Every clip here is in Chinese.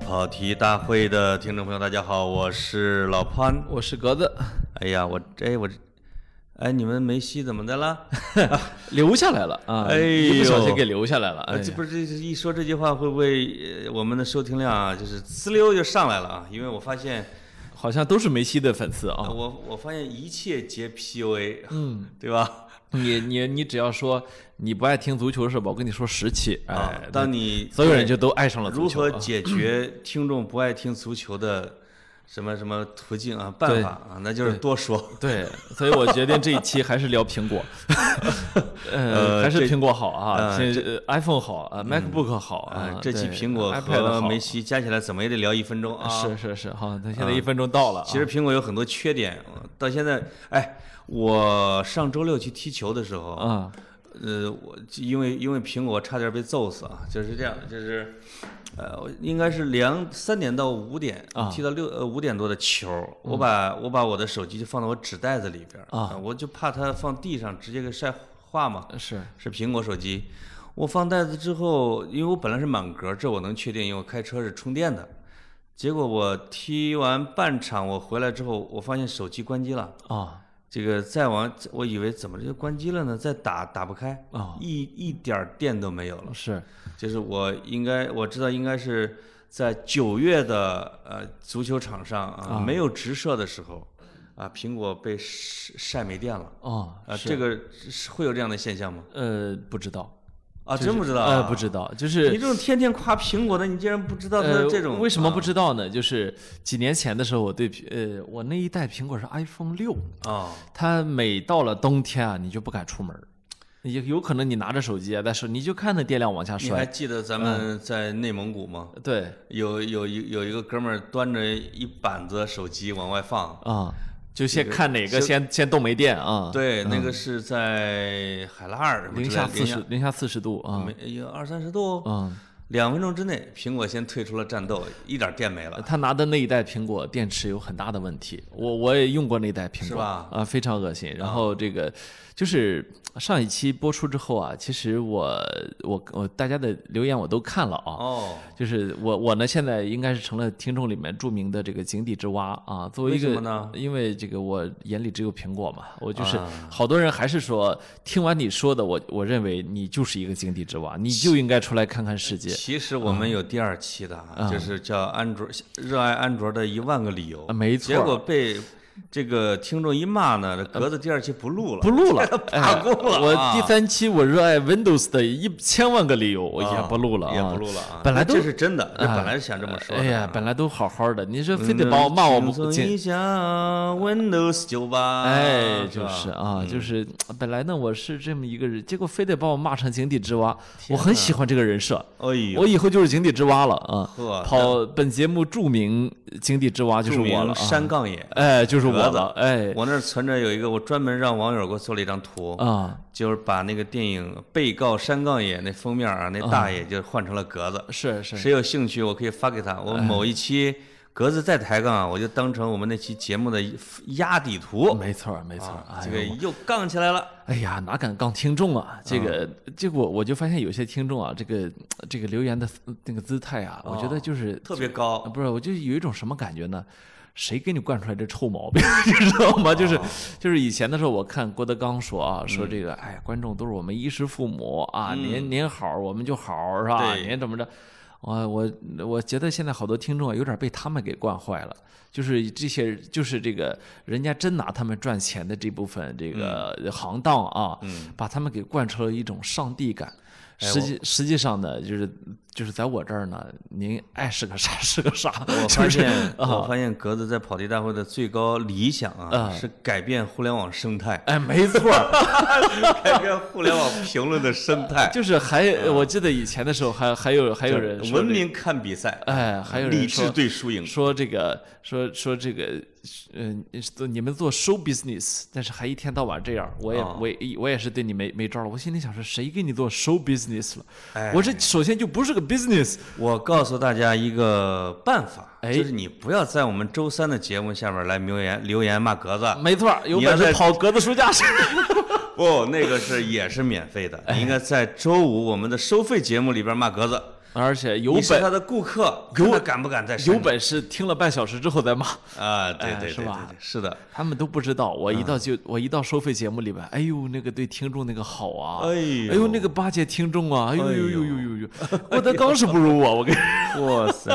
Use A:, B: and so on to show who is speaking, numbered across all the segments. A: 跑题大会的听众朋友，大家好，我是老潘。
B: 我是格子，
A: 哎呀，我哎我，哎你们梅西怎么的了？
B: 留下来了啊！
A: 哎
B: 一不小
A: 呦
B: 心给留下来了。哎
A: 呃，
B: 呀
A: 这不是这一说这句话，会不会呃我们的收听量啊，就是呲溜就上来了啊？因为我发现，
B: 好像都是梅西的粉丝
A: 呃
B: 啊。
A: 我我发现一切皆 PUA，
B: 嗯，
A: 对吧？
B: 你你你只要说你不爱听足球是吧？我跟你说十期，
A: 啊
B: 哎，，
A: 当你
B: 所有人就都爱上了
A: 如
B: 足球啊。
A: 何解决听众不爱听足球的什么什么途径啊、办法啊？那就是多说。
B: 对，所以我决定这一期还是聊 苹果，呃，还是苹果好啊，
A: 呃
B: 这呃 iPhone 好啊，MacBook 好啊
A: 啊，，嗯这期
B: 对
A: 苹果
B: iPad
A: 和
B: 好
A: 梅西加起来怎么也得聊一分钟啊。
B: 是是是，好，那现在一分钟到了啊，
A: 其实苹果有很多缺点，我到现在，哎，我上周六去踢球的时候，
B: 啊，
A: 呃，我因为因为苹果差点被揍死啊，就是这样，就是，呃，我应该是两三点到五点
B: 啊嗯
A: 踢到六呃五点多的球，我把我把我的手机就放到我纸袋子里边儿呃
B: 啊
A: 我就怕它放地上直接给晒化嘛，
B: 嗯是
A: 是苹果手机。我放袋子之后，因为我本来是满格，这我能确定，因为我开车是充电的。结果我踢完半场，我回来之后，我发现手机关机了。
B: 啊
A: 这个再往，我以为怎么就关机了呢？再打打不开，
B: 哦
A: 一一点儿电都没有了。
B: 是
A: 就是我应该我知道应该是在九月的呃足球场上啊、没有直射的时候啊，苹果被晒晒没电了
B: 哦
A: 啊，
B: 是
A: 这个是会有这样的现象吗？
B: 呃不知道。
A: 啊，
B: 就是
A: 真不知道、
B: 呃，不知道，就
A: 你
B: 是
A: 这种天天夸苹果的，你竟然不知道它
B: 呃
A: 的这种、啊
B: 为什么不知道呢？就是几年前的时候，我对苹呃，我那一代苹果是 iPhone 六，
A: 啊？
B: 它每到了冬天啊，你就不敢出门儿，有有可能你拿着手机啊，但是你就看那电量往下
A: 啊你还
B: 摔，
A: 记得咱
B: 嗯
A: 们在内蒙古吗？
B: 对
A: 有有一有一个哥们儿端着一板子手机往外放，
B: 啊、就先看哪个先先冻没电啊，，
A: 对，那个是在海拉尔什么
B: 零
A: 之类
B: 下
A: 的
B: 四十零下四十度啊，
A: 没有二三十度、哦，
B: 嗯，
A: 两分钟之内，苹果先退出了战斗，一点电没了。
B: 他拿的那一代苹果电池有很大的问题，我我也用过那代苹果，
A: 是吧
B: 啊，非常恶心。然后这个就是上一期播出之后啊，其实我我我大家的留言我都看了啊。
A: 哦，
B: 就是我我呢，现在应该是成了听众里面著名的这个井底之蛙啊。作为一个，
A: 为什么呢
B: 因为这个我眼里只有苹果嘛，我就是
A: 啊
B: 好多人还是说，听完你说的，我我认为你就是一个井底之蛙，你就应该出来看看世界
A: 其实我
B: 啊
A: 们有第二期的，啊，就是叫安卓热爱安卓的一万个理由
B: 啊，。没错。
A: 结果被这个听众一骂呢，这格子第二期不录了。
B: 不 录了，
A: 罢工了
B: 哎
A: 啊
B: 我第三期我热爱 Windows 的一千万个理由，我也不录了、啊，
A: 哦也不录了啊！
B: 本来都
A: 这是真的，这本来是想这么说的。啊
B: 哎呀，本来都好好的，你这非得把我骂我
A: 轻
B: 们
A: 松
B: 进
A: 一下 Windows 九八，吧
B: 哎，
A: 嗯
B: 就是啊，就是本来呢我是这么一个人，结果非得把我骂成井底之蛙。我
A: 天
B: 很喜欢这个人设，
A: 哎呦，
B: 我以后就是井底之蛙了啊
A: 呵！
B: 跑本节目著名井底之蛙就是
A: 著
B: 我了
A: 名
B: 啊，
A: 山杠也。
B: 哎，就是我
A: 格子
B: 了，哎
A: 我那儿存着有一个，我专门让网友给我做了一张图，
B: 啊，
A: 就是把那个电影《被告山杠也》那封面啊，那大爷就换成了格子。
B: 是是，哎
A: 谁有兴趣，我可以发给他。我某一期格子再抬杠啊，我就当成我们那期节目的一压底图。
B: 没错儿没错儿，哎
A: 这
B: 呦
A: 个又杠起来了。
B: 哎呀，哪敢杠听众啊！这个，结果我就发现有些听众啊，这个这个留言的那个姿态啊，我觉得就是
A: 特别
B: 啊
A: 高，
B: 不是，我就有一种什么感觉呢？谁给你惯出来这臭毛病， 你知道吗？就是就是以前的时候，我看郭德纲说啊，说这个，哎，观众都是我们衣食父母啊，您您好，我们就好，是吧？
A: 对
B: 您怎么着？我我我觉得现在好多听众啊，有点被他们给惯坏了，就是这些，就是这个人家真拿他们赚钱的这部分这个
A: 嗯
B: 行当啊，把他们给惯出了一种上帝感。
A: 哎
B: 实际实际上呢，就是就是在我这儿呢，您爱是个啥是个啥，
A: 我
B: 就
A: 发
B: 是，
A: 现，我发现格子在跑题大会的最高理想啊，是改变互联网生态
B: 哎，没错儿，
A: 改变互联网评论的生 态，
B: 就 是还我记得以前的时候还还有还有人
A: 嗯
B: 说
A: 文
B: 这，
A: 明看比赛，
B: 哎，还有
A: 理
B: 人
A: 智
B: 说
A: 对输赢。
B: 说这个说说这个，嗯、呃，你们做 show business，但是还一天到晚这样，我也、
A: 啊
B: 我也我也是对你没没招了，我心里想说谁给你做 show business 了？
A: 哎
B: 我这首先就不是个 business，
A: 我告诉大家一个办法，
B: 哎
A: 就是你不要在我们周三的节目下面来留言留言骂格子，
B: 没错儿，有
A: 你要
B: 本
A: 在
B: 事跑格子书 架去。哎
A: 不，那个是也是免费的，你应该在周五我们的收费节目里边骂格子。
B: 而且有
A: 你是
B: 本
A: 他的顾客，看他敢不敢再删
B: 有本事听了半小时之后再骂，
A: 啊？对
B: 哎
A: 对
B: 是
A: 对对
B: 吧
A: 对，是 的。
B: 他们都不知道。我
A: 嗯
B: 一到就、我一到收费节目里边，哎呦那个对听众那个好啊，
A: 哎呦
B: 呦那个巴结听众啊，哎呦
A: 哎
B: 呦
A: 呦哎
B: 呦呦呦呦，郭德纲是不如我，我跟你
A: 哇塞，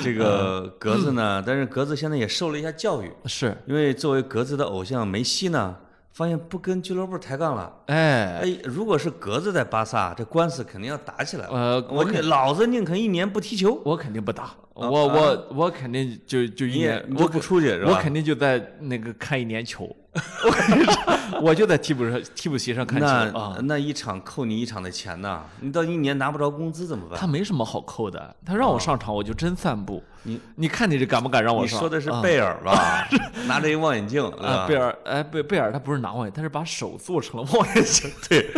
A: 这个格子呢？但是格子现在也受了一下教育，
B: 说是，
A: 因为作为格子的偶像梅西呢，发现不跟俱乐部抬杠了。
B: 哎，
A: 哎，如果是格子在巴萨，这官司肯定要打起来了。
B: 呃
A: 我宁老子宁肯一年不踢球，
B: 我肯定不打，我我我肯定就就一
A: 啊你也
B: 年
A: 你
B: 我
A: 就不出去是吧？
B: 我肯定就在那个看一年球， 我跟你说我就在替补上替补席上看球
A: 那、
B: 啊。
A: 那一场扣你一场的钱呐，你到一年拿不着工资怎么
B: 他
A: 办？
B: 没什么好扣的，他让我上场我就真散步。
A: 啊你
B: 你看你这敢不敢让我
A: 你
B: 上？
A: 说的是
B: 啊
A: 贝尔 吧？拿着一望远镜
B: 啊，贝，尔，哎，贝贝尔他不是拿望远，他是把手做成了望 远镜。对，
A: 啊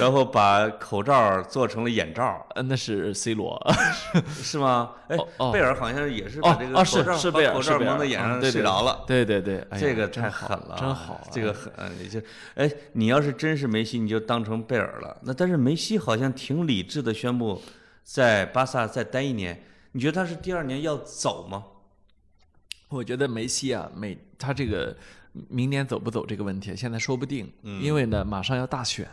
A: 然后把口罩做成了眼罩，
B: 呃，那是 C 罗。
A: 是吗？哎
B: 哦，哦
A: 贝尔好像也是把
B: 哦
A: 这个
B: 哦，
A: 口罩
B: 是是贝
A: 把
B: 尔，
A: 口
B: 是
A: 罩
B: 贝尔
A: 蒙在眼
B: 啊
A: 上
B: 对
A: 睡着了。
B: 对对对，对哎呀
A: 这个
B: 真
A: 太
B: 好
A: 狠了，
B: 真好啊。
A: 这个狠，也就哎，你要是真是梅西，你就当成贝尔了。那但是梅西好像挺理智的宣布，在巴萨再待一年。你觉得他是第二年要走吗？
B: 我觉得梅西啊，每他这个明年走不走这个问题，现在说不定，因为呢，马上要大选，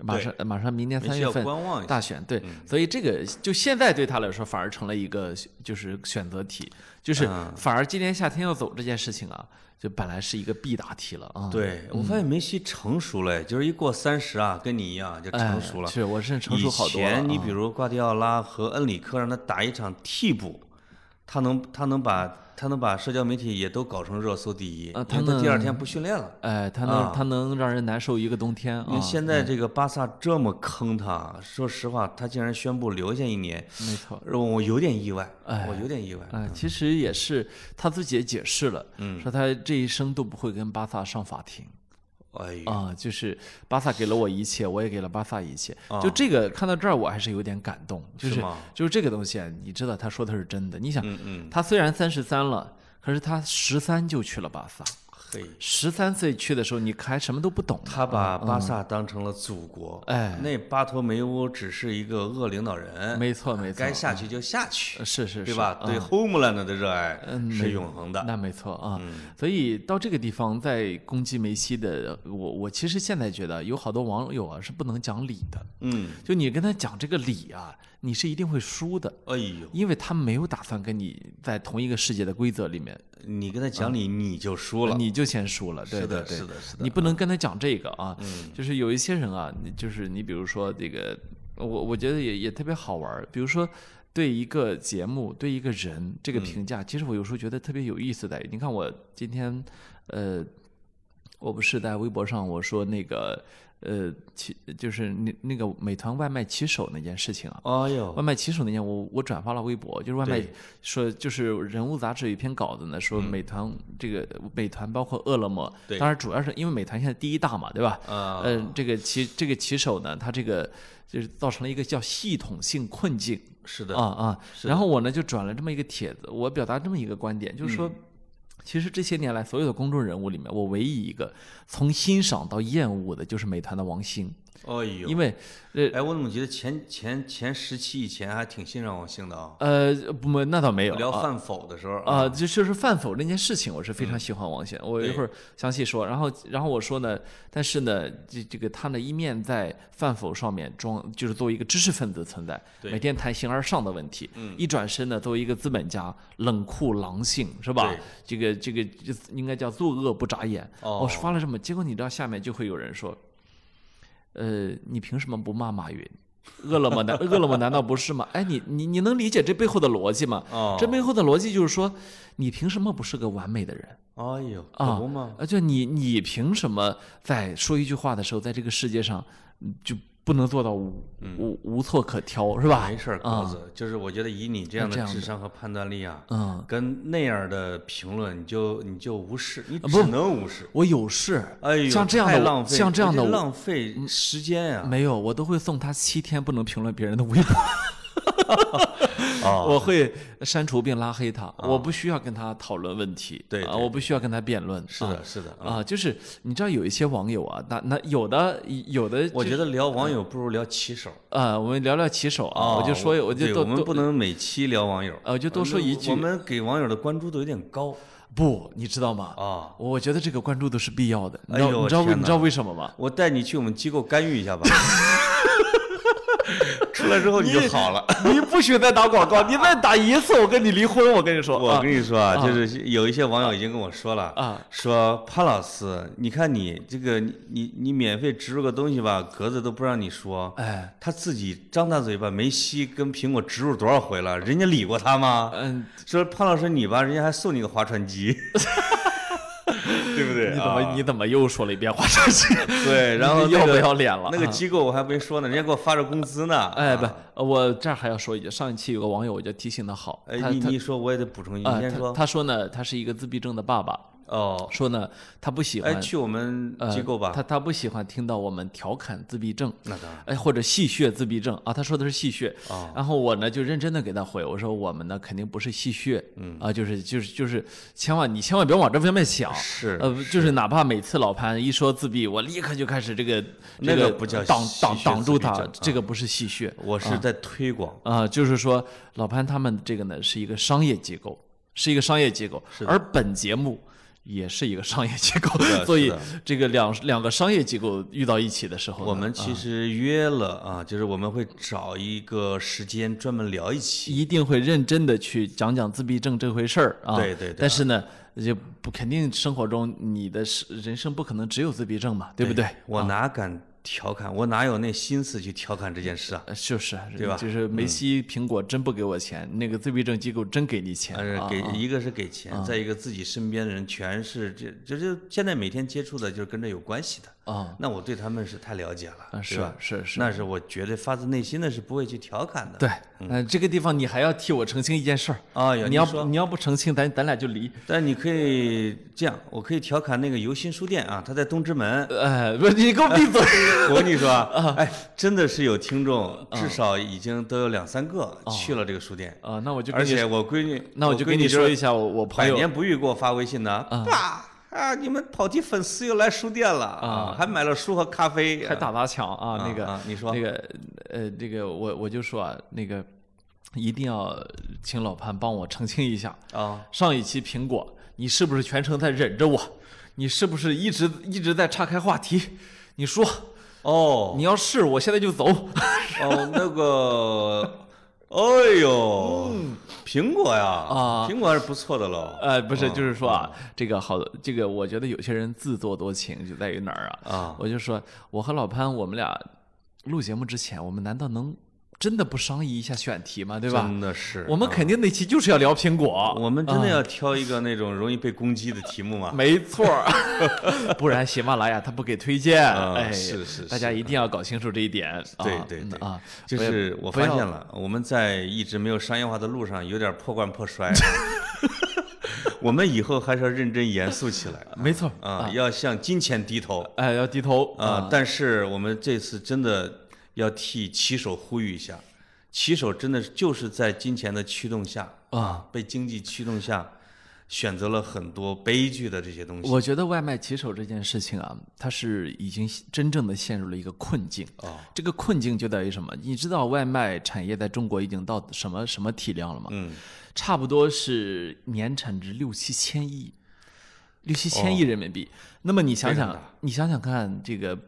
B: 马上马上明年
A: 嗯梅
B: 三
A: 西
B: 月
A: 要
B: 份
A: 观望一下。嗯
B: 大选，对，所以这个就现在对他来说反而成了一个就是选择题，就是
A: 嗯
B: 反而今年夏天要走这件事情啊，就本来是一个必答题了啊。
A: 对，我发现梅西成熟了，就是一过三十啊，跟你一样就
B: 哎，
A: 成熟了。
B: 是我是成熟好多
A: 以
B: 了啊。
A: 前你比如瓜迪奥拉和恩里克，让他打一场替补，他能他能把他能把社交媒体也都搞成热搜第一，
B: 啊
A: 因为
B: 他
A: 他第二天不训练了。
B: 哎，他能、
A: 啊
B: 他能让人难受一个冬天
A: 因
B: 啊
A: 为！现在这个巴萨这么坑他，说实话，他竟然宣布留下一年，
B: 没错，
A: 让我有点意外，
B: 哎
A: 我有点意外。
B: 哎，其实也是他自己也解释了，
A: 嗯
B: 说他这一生都不会跟巴萨上法庭。
A: 哎呦，
B: 啊、就是巴萨给了我一切，我也给了巴萨一切。就这个看到这儿，我还是有点感动，就是是
A: 嗯吗
B: 就是这个东西啊，你知道他说的是真的。你想，
A: 嗯嗯，
B: 他虽然三十三了，可是他十三就去了巴萨，
A: 嘿，
B: 十三岁去的时候，你还什么都不懂。
A: 他把巴萨当成了祖国，
B: 嗯哎，
A: 那巴托梅乌只是一个恶领导人，
B: 没错没错，呃
A: 该下去就下去，
B: 是是是，
A: 对吧？对 homeland 的热爱是永恒的。嗯
B: 那没错啊，所以到这个地方再攻击梅西的，我我其实现在觉得有好多网友啊是不能讲理的，
A: 嗯，
B: 就你跟他讲这个理啊，你是一定会输的，
A: 哎呦，
B: 因为他没有打算跟你在同一个世界的规则里面，
A: 你跟他讲理，你就输了。
B: 嗯你就先输了，对
A: 是
B: 对
A: 的，
B: 对
A: 是，的，是的。
B: 你不能跟他讲这个啊，就是有一些人啊，你就是你比如说这个，我我觉得也也特别好玩儿，比如说。对一个节目，对一个人，这个评价，其实我有时候觉得特别有意思的。你看我今天，呃，我不是在微博上我说那个，呃，骑就是那那个美团外卖骑手那件事情啊，
A: 哎呦，
B: 外卖骑手那天，我我转发了微博，就是外卖
A: 对嗯
B: 说，就是《人物》杂志有一篇稿子呢，说美团、这个美团包括饿了么，
A: 对
B: 当然主要是因为美团现在第一大嘛，对吧？
A: 啊，
B: 嗯、这个骑这个骑手呢，他这个就是造成了一个叫系统性困境
A: 是
B: 啊
A: 的，
B: 啊。然后我呢就转了这么一个帖子，我表达这么一个观点，就
A: 嗯
B: 是说。其实这些年来，所有的公众人物里面，我唯一一个从欣赏到厌恶的，就是美团的王兴，
A: 哎呦。
B: 因为，呃，
A: 哎，我怎么觉得前前前十期以前还挺欣赏王兴的啊？
B: 呃，不，那倒没有
A: 聊
B: 啊
A: 饭否的时候
B: 啊、，就就是饭否那件事情，我是非
A: 嗯
B: 常喜欢王显，我一会儿详细说。然后，然后我说呢，但是呢，这这个他呢，一面在饭否上面装，就是作为一个知识分子存在，
A: 对嗯
B: 每天谈形而上的问题，一转身呢，作为一个资本家，冷酷狼性是吧
A: 对？
B: 这个这个这应该叫作恶不眨眼。
A: 哦
B: 我发了这么，结果你知道下面就会有人说，呃，你凭什么不骂马云？饿了么难，饿了么难道不是吗？哎，你你你能理解这背后的逻辑吗？
A: 哦
B: 这背后的逻辑就是说，你凭什么不是个完美的人
A: 哎呦，可
B: 啊
A: 不嘛，？
B: 啊，就你你凭什么在说一句话的时候，在这个世界上嗯就不能做到无
A: 嗯
B: 无无错可挑，是吧
A: 没？事儿，鸽
B: 啊
A: 子，就是我觉得以你这样
B: 这
A: 的
B: 样
A: 智商和判断力啊，
B: 嗯，
A: 跟那样的评论，你就你就无视，你
B: 啊不
A: 只能无视。
B: 我有事，
A: 哎呦，
B: 像这样
A: 太
B: 的我
A: 浪费，啊
B: 像这样的
A: 我
B: 我嗯
A: 浪费时间呀。
B: 没有，我都会送他七天不能评论别人的微博。
A: 哦，
B: 我会删除并拉黑他，我不需要跟他讨论问题，
A: 对
B: 啊，
A: 对
B: 我不需要跟他辩论，
A: 是
B: 啊
A: 的，是的啊。
B: 啊，就是你知道有一些网友啊，那那有的有的，
A: 我觉得聊网友不如聊骑手
B: 啊，我们聊聊骑手啊，我就说，我
A: 哦
B: 就
A: 对
B: 多
A: 我们
B: 多
A: 不能每期聊网友，
B: 呃我就多说
A: 我们
B: 一句
A: 我们给网友的关注度有点高
B: 不，你知道吗？
A: 啊。
B: 我觉得这个关注度是必要的，你知
A: 哎呦
B: 道你知道为
A: 天
B: 你知道为什么吗？
A: 我带你去我们机构干预一下吧。 出来之后你就好了。
B: 你不许再打广告，你再打一次，我跟你离婚，我跟你 说，
A: 我
B: 啊
A: 跟你说啊，就是有一些网友已经跟我说了
B: 啊，
A: 说潘老师，你看你这个你你你免费植入个东西吧，格子都不让你说，
B: 哎，
A: 他自己张大嘴巴，梅西跟苹果植入多少回了，人家理过他吗？
B: 嗯，
A: 说潘老师你吧，人家还送你个划船机，对不对？
B: 你怎么
A: 啊
B: 你怎么又说了一遍话 上去？
A: 对？然后
B: 你要
A: 那
B: 不
A: 个
B: 要脸了？
A: 那个
B: 啊
A: 机构我还没说呢，人家给我发着工资呢。
B: 哎不
A: 啊，
B: 呃我这儿还要说一句，上一期有个网友我就提醒的好，
A: 哎，
B: 他
A: 你
B: 他
A: 你说我也得补充一句，
B: 啊
A: 你先
B: 他
A: 说。
B: 他说呢，他是一个自闭症的爸爸，
A: 哦，
B: 说呢他不喜
A: 哎，
B: 欢
A: 去我们
B: 呃
A: 机构吧。
B: 他他不喜欢听到我们调侃自闭症，
A: 那当然。
B: 哎，或者戏谑自闭症啊，他说的是戏谑，
A: 哦
B: 然后我呢就认真的给他回，我说我们呢肯定不是戏谑，嗯啊，就是就是就是，千万你千万别往这方面想，
A: 是
B: 呃，就是哪怕每次老潘一说自闭，我立刻就开始这个
A: 那
B: 这
A: 个
B: 个
A: 不叫
B: 挡
A: 戏
B: 挡
A: 谑
B: 挡
A: 自
B: 住
A: 闭
B: 他
A: 症，嗯
B: 这个不是戏谑，
A: 我是在推广，
B: 啊、就是说老潘他们这个呢是一个商业机构，是一个商业机构，而本节目也是一个商业机 构
A: 是的，
B: 所以
A: 是的
B: 这个两两个商业机构遇到一起的啊时候呢，
A: 我们其实约了啊，就是我们会找一个时间专门聊一期。
B: 一定会认真的去讲讲自闭症这回事儿啊。
A: 对对对
B: 但是呢，就不肯定生活中你的是人生不可能只有自闭症嘛，对不对？啊
A: 我哪敢调侃？我哪有那心思去调侃这件事啊？
B: 呃就是，
A: 对吧嗯
B: 就是梅西、苹果真不给我钱，那个自闭症机构真给你钱
A: 呃，
B: 啊
A: 给一个是给钱，再一个自己身边的人全是这，就是现在每天接触的就是跟这有关系的。
B: 啊！
A: 那我对他们是太了解了，
B: 啊，
A: 对
B: 是
A: 吧？
B: 是是，
A: 那是我觉得发自内心的是不会去调侃的。
B: 对，嗯、这个地方你还要替我澄清一件事儿。
A: 哎呀，
B: 你
A: 要
B: 要不你要不澄清，咱咱俩就离。
A: 但你可以这样，我可以调侃那个游心书店啊，它在东直门。
B: 哎，不，你给我闭 嘴！
A: 我跟你说啊，哎，真的是有听众，至少已经都有两三个去了这个书店，
B: 啊，那我哦就跟
A: 而
B: 你，
A: 且我闺女，
B: 那
A: 我
B: 就
A: 闺
B: 跟
A: 女
B: 你说一
A: 下，
B: 下，我我朋
A: 百
B: 友
A: 年不遇给我发微信呢，爸啊，你们跑题粉丝又来书店了啊，还买了书和咖啡，
B: 还打砸抢
A: 啊
B: 啊，那个
A: 啊你说
B: 那个呃，这个我我就说啊，那个一定要请老潘帮我澄清一下，
A: 啊，
B: 上一期苹果你是不是全程在忍着我？你是不是一直一直在岔开话题？你说
A: 哦
B: 你要是，我现在就走。
A: 哦那个。哎呦，苹果呀，
B: 嗯啊
A: 苹果还是不错的喽。
B: 呃，不是，就是说
A: 嗯
B: 啊，这个好，这个我觉得有些人自作多情就在于哪儿啊？
A: 啊
B: 我就说，我和老潘，我们俩录节目之前，我们难道能真的不商议一下选题吗？对吧？
A: 真的是，嗯
B: 我们肯定那期就是要聊苹果，
A: 我们真的要挑一个那种容易被攻击的题目吗？
B: 没错儿， 不然喜马拉雅它不给推荐。
A: 啊
B: 哎，
A: 是是
B: 大家一定要搞清楚这一点。
A: 对
B: 啊
A: 对
B: 嗯
A: 对
B: 啊，
A: 就是我
B: 不
A: 发
B: 要
A: 现了，我们在一直没有商业化的路上有点破罐破 摔。我们以后还是要认真严肃起来
B: 没错儿，
A: 啊，要向金钱低头
B: 哎，要低头
A: 啊！但是我们这次真的要替骑手呼吁一下，骑手真的就是在金钱的驱动下，
B: 啊！
A: 被经济驱动下，选择了很多悲剧的这些东西。
B: 我觉得外卖骑手这件事情啊，它是已经真正的陷入了一个困境。
A: 哦
B: 这个困境就在于什么？你知道外卖产业在中国已经到什么什么体量了吗？
A: 嗯，
B: 差不多是年产值六七千亿，六七千亿人民币。那么你想
A: 非常
B: 想，你想想看，这个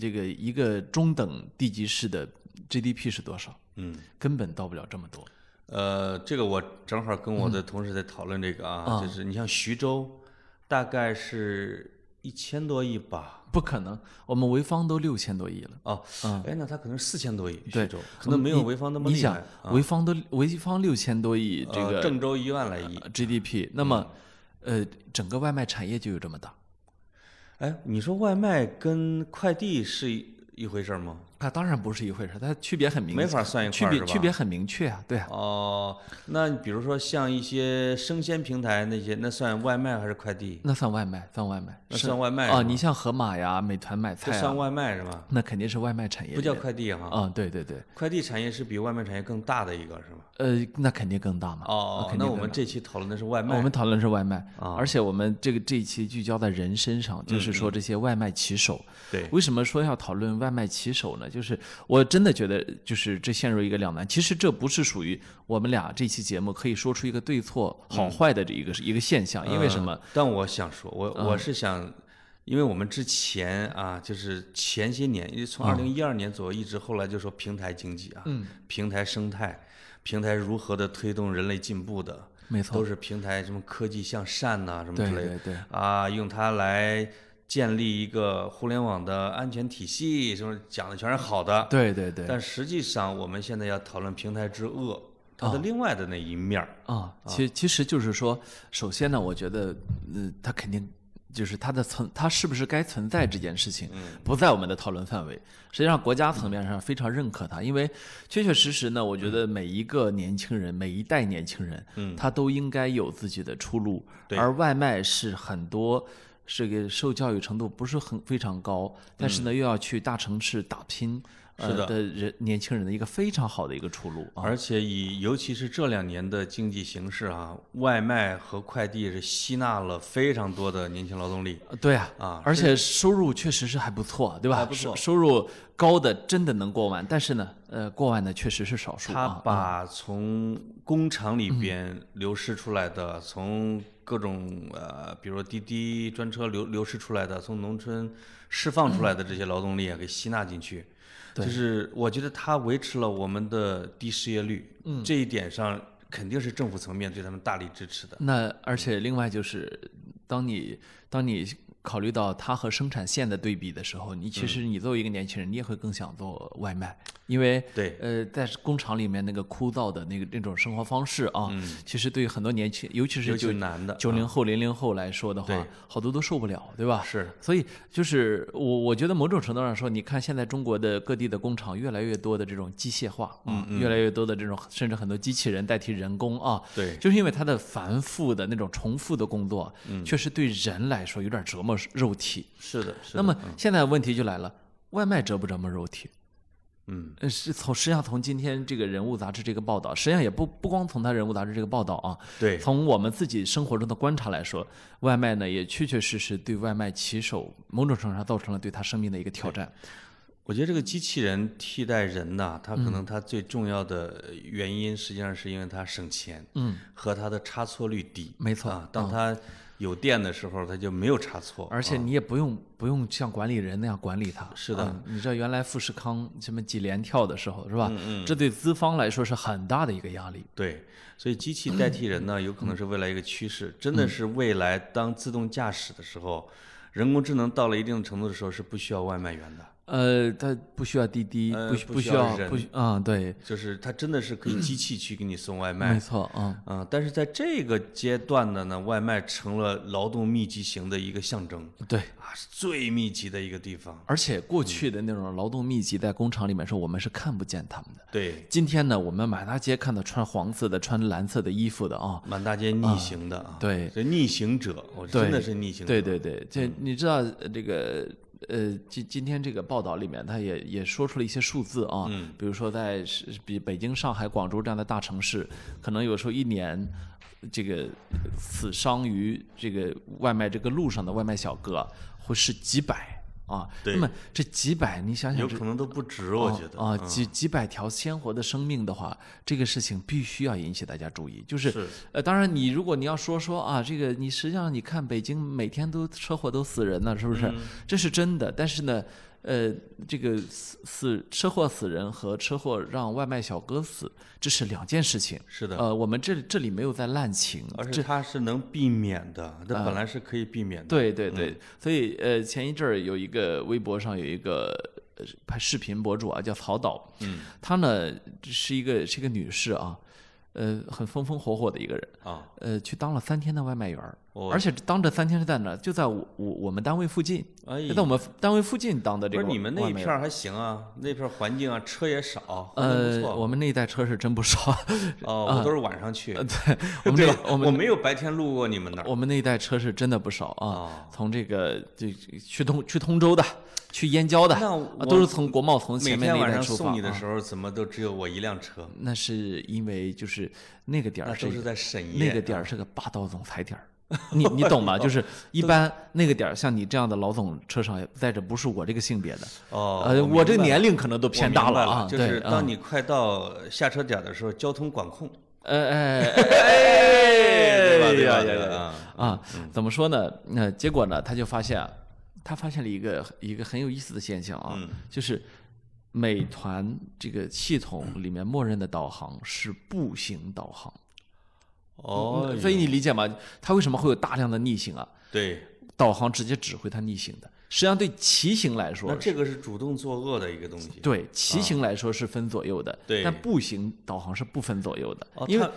B: 这个一个中等地级市的 GDP 是多少？
A: 嗯，
B: 根本到不了这么多。
A: 呃，这个我正好跟我的同事在讨论这个啊，
B: 嗯
A: 就是你像徐州，大概是一千多亿吧，
B: 不可能，我们潍坊都六千多亿了。
A: 哦，哎，那它可能四千多亿，徐
B: 嗯对
A: 州可能没有潍坊那么
B: 你
A: 厉
B: 想
A: 害，，啊
B: 潍坊都潍坊六千多亿这
A: 呃
B: 个
A: 郑州一万来亿，嗯
B: GDP，那么，呃，整个外卖产业就有这么大。
A: 哎，你说外卖跟快递是一一回事儿吗？
B: 那当然不是一回事，它区别很明，
A: 没法算一块
B: 区
A: 儿
B: 别
A: 是吧
B: 区别很明确啊，对啊，
A: 哦，那比如说像一些生鲜平台那些，那算外卖还是快递？
B: 那算外卖，算外卖，
A: 那
B: 是
A: 算外卖
B: 啊、
A: 是吧
B: 你像盒马呀、美团买
A: 这
B: 菜
A: 算
B: 啊，
A: 外卖是吧？
B: 那肯定是外卖产业
A: 不
B: 里面
A: 叫快递哈、
B: 啊、对对对，
A: 快递产业是比外卖产业更大的一个是吧？
B: 呃，那肯定更大嘛。
A: 哦，
B: 肯
A: 那
B: 定
A: 我
B: 更
A: 们
B: 大哦
A: 这期讨论的是外卖。
B: 我们讨论是外卖，
A: 啊
B: 而且我们这个这一期聚焦在人身上，
A: 嗯
B: 就是说这些外卖骑手。
A: 对，
B: 为什么说要讨论外卖骑手呢？就是我真的觉得，就是这陷入一个两难。其实这不是属于我们俩这期节目可以说出一个对错好坏的这一个、一个现象，因为什么？嗯
A: 嗯但我想说，我我是想，因为我们之前啊，就是前些年，因为
B: 嗯
A: 从二零一二年左右一直后来就说平台经济啊，平台生态，平台如何的推动人类进步的，
B: 没错，
A: 都是平台什么科技向善呐、什么
B: 对
A: 之类的
B: 对对，
A: 啊，用它来建立一个互联网的安全体系，什么讲的全是好的，
B: 对对对，
A: 但实际上我们现在要讨论平台之恶，它
B: 哦
A: 的另外的那一面儿。
B: 啊，其其实就是说，首先呢，我觉得，呃，它肯定就是它的存，它是不是该存在这件事情，
A: 嗯
B: 不在我们的讨论范围。实际上，国家层面上非常认可它，因为确确实实呢，我觉
A: 嗯
B: 得每一个年轻人，每一代年轻人，嗯，他都应该有自己的出路。
A: 对
B: 而外卖是很多。这个受教育程度不是很非常高，但是呢，又要去大城市打拼，
A: 嗯
B: 呃
A: 是的
B: 的人年轻人的一个非常好的一个出路啊。
A: 而且以尤其是这两年的经济形势啊，外卖和快递是吸纳了非常多的年轻劳动力。
B: 对啊，
A: 啊
B: 而且收入确实是还不错，对吧？
A: 还不错
B: 收收入高的真的能过万，但是呢，呃，过万的确实是少数
A: 他
B: 啊。嗯
A: 把从工厂里边流失出来的，从各种呃，比如说滴滴专车流流失出来的，从农村释放出来
B: 嗯
A: 的这些劳动力啊，给吸纳进去。就是我觉得他维持了我们的低失业率，
B: 嗯
A: 这一点上肯定是政府层面对他们大力支持的。
B: 那而且另外就是，当你当你考虑到它和生产线的对比的时候，你
A: 嗯
B: 其实你作为一个年轻人，你也会更想做外卖，因为
A: 对
B: 呃，在工厂里面那个枯燥的那个那种生活方式啊，其实对于很多年轻，尤其
A: 嗯尤
B: 是
A: 其
B: 九
A: 是男的啊
B: 九零后、零零后来说的
A: 对
B: 话，好多都受不了，对吧？
A: 是，
B: 所以就是我我觉得某种程度上说，你看现在中国的各地的工厂越来越多的这种机械化
A: 嗯
B: 啊，越来越多的这种甚至很多机器人代替人工啊，
A: 对
B: 就是因为它的繁复的那种重复的工作，确实对人来说有点折磨肉体。
A: 嗯是的，是的。
B: 那么现在问题就来了，外卖折不折磨肉体？
A: 嗯，
B: 呃，是从实际上从今天这个人物杂志这个报道，实际上也不不光从他人物杂志这个报道啊，
A: 对
B: 从我们自己生活中的观察来说，外卖呢也确确实实对外卖骑手某种程度上造成了对他生命的一个挑战。
A: 我觉得这个机器人替代人呐、它可
B: 嗯
A: 能它最重要的原因，实际上是因为它省钱，嗯，和它的差错率低，
B: 没错嗯
A: 啊。当它有电的时候，它就没有差错，
B: 而且你也不用、不用像管理人那样管理他，
A: 啊是的
B: 嗯你知道原来富士康什么几连跳的时候是吧？
A: 嗯
B: 这对资方来说是很大的一个压力。
A: 对，所以机器代替人 呢，有可能是未来一个趋
B: 嗯
A: 势，真的是未来当自动驾驶的时候，人工智能到了一定程度的时候是不需要外卖员的，
B: 呃，他不需要滴滴，
A: 呃
B: 不需
A: 不
B: 不
A: 需
B: 需
A: 要
B: 要
A: 人
B: 不需嗯对，
A: 就是它真的是可以机器去给你送外卖
B: 没，错嗯。
A: 啊、但是在这个阶段的呢，外卖成了劳动密集型的一个象征
B: 对，
A: 啊，是最密集的一个地方。
B: 而且
A: 嗯
B: 过去的那种劳动密集，在工厂里面说我们是看不见他们的。
A: 对，
B: 今天呢，我们满大街看到穿黄色的、穿蓝色的衣服的啊，
A: 满大街逆行的啊，
B: 对
A: 这逆行者，我
B: 对
A: 真的是嗯逆行者，
B: 对对对，这你知道呃这个呃，今今天这个报道里面，他也也说出了一些数字啊，
A: 嗯
B: 比如说在是比北京、上海、广州这样的大城市，可能有时候一年这个死伤于这个外卖这个路上的外卖小哥会是几百啊，
A: 对
B: 那么这几百，你想
A: 有
B: 想这
A: 可能都不值，我觉得嗯
B: 啊，几几百条鲜活的生命的话，这个事情必须要引起大家注意。就是
A: 是
B: 呃，当然你如果你要说说啊，这个你实际上你看北京每天都车祸都死人呢，是不
A: 嗯
B: 是？这是真的。但是呢，呃，这个死死车祸死人和车祸让外卖小哥死，这是两件事情。
A: 是的，呃
B: 呃，我们这这里没有在滥情，
A: 而且它是能避免的，
B: 呃
A: 它本来是可以避免的，
B: 对对
A: 嗯
B: 对，所以呃，前一阵儿有一个微博上有一个呃拍视频博主啊，叫曹导，嗯，她呢是一个是一个女士啊，呃，很风风火火的一个人，
A: 啊，
B: 呃，去当了三天的外卖员儿，
A: 我
B: 而且当这三天是在哪儿？就在我我我们单位附近，
A: 哎
B: 就，在我们单位附近当的这
A: 不
B: 个
A: 是
B: 外。
A: 你们那
B: 外
A: 一
B: 卖
A: 片儿还行啊，那片儿环境啊，车也少，还
B: 呃
A: 不，错。
B: 我们那一代车是真 不少。
A: 哦，我都是晚上去，
B: 呃我 们
A: 对
B: 那
A: 吧？
B: 我
A: 我
B: 们
A: 没有白天路过你们那儿。
B: 我们那一代车是真的不少啊。
A: 哦
B: 从这个就去通去通州的，去燕郊的，
A: 那
B: 啊
A: 我
B: 都是从国贸从
A: 每
B: 前
A: 天
B: 面那一
A: 晚
B: 带
A: 上
B: 出发
A: 送你的
B: 啊。
A: 时候，怎么都只有我一辆车？
B: 那是因为就是那个点
A: 那
B: 儿
A: 都
B: 是
A: 是在深夜。
B: 那个点儿是个霸道总 裁点儿。你你懂吗？就是一般那个点儿，像你这样的老总车上也载着不是我这个性别的，
A: 哦，
B: 呃，
A: 我
B: 我这个年龄可能都
A: 我
B: 偏
A: 明
B: 大
A: 白了
B: 啊。
A: 就是
B: 对，啊
A: 当你快到下车点儿的时候，交通管控，
B: 呃哎 哎
A: 对吧？
B: 哎
A: 对吧？
B: 呀
A: 对
B: 呀
A: 吧
B: 呀！
A: 啊
B: 啊，怎么说呢？那结果呢，他就发现啊，他发现了一个一个很有意思的现象啊，
A: 嗯
B: 就是美团这个系统里面默认的导航是步行导航，
A: 哦
B: 嗯，所以你理解吗？它为什么会有大量的逆行啊？
A: 对，
B: 导航直接指挥它逆行的，实际上对骑行来
A: 那
B: 说。
A: 这个是主动作恶的一个东西。
B: 对骑行来说是分左右的，
A: 啊对
B: 但步行导航是不分左右的，
A: 哦，
B: 因为
A: 它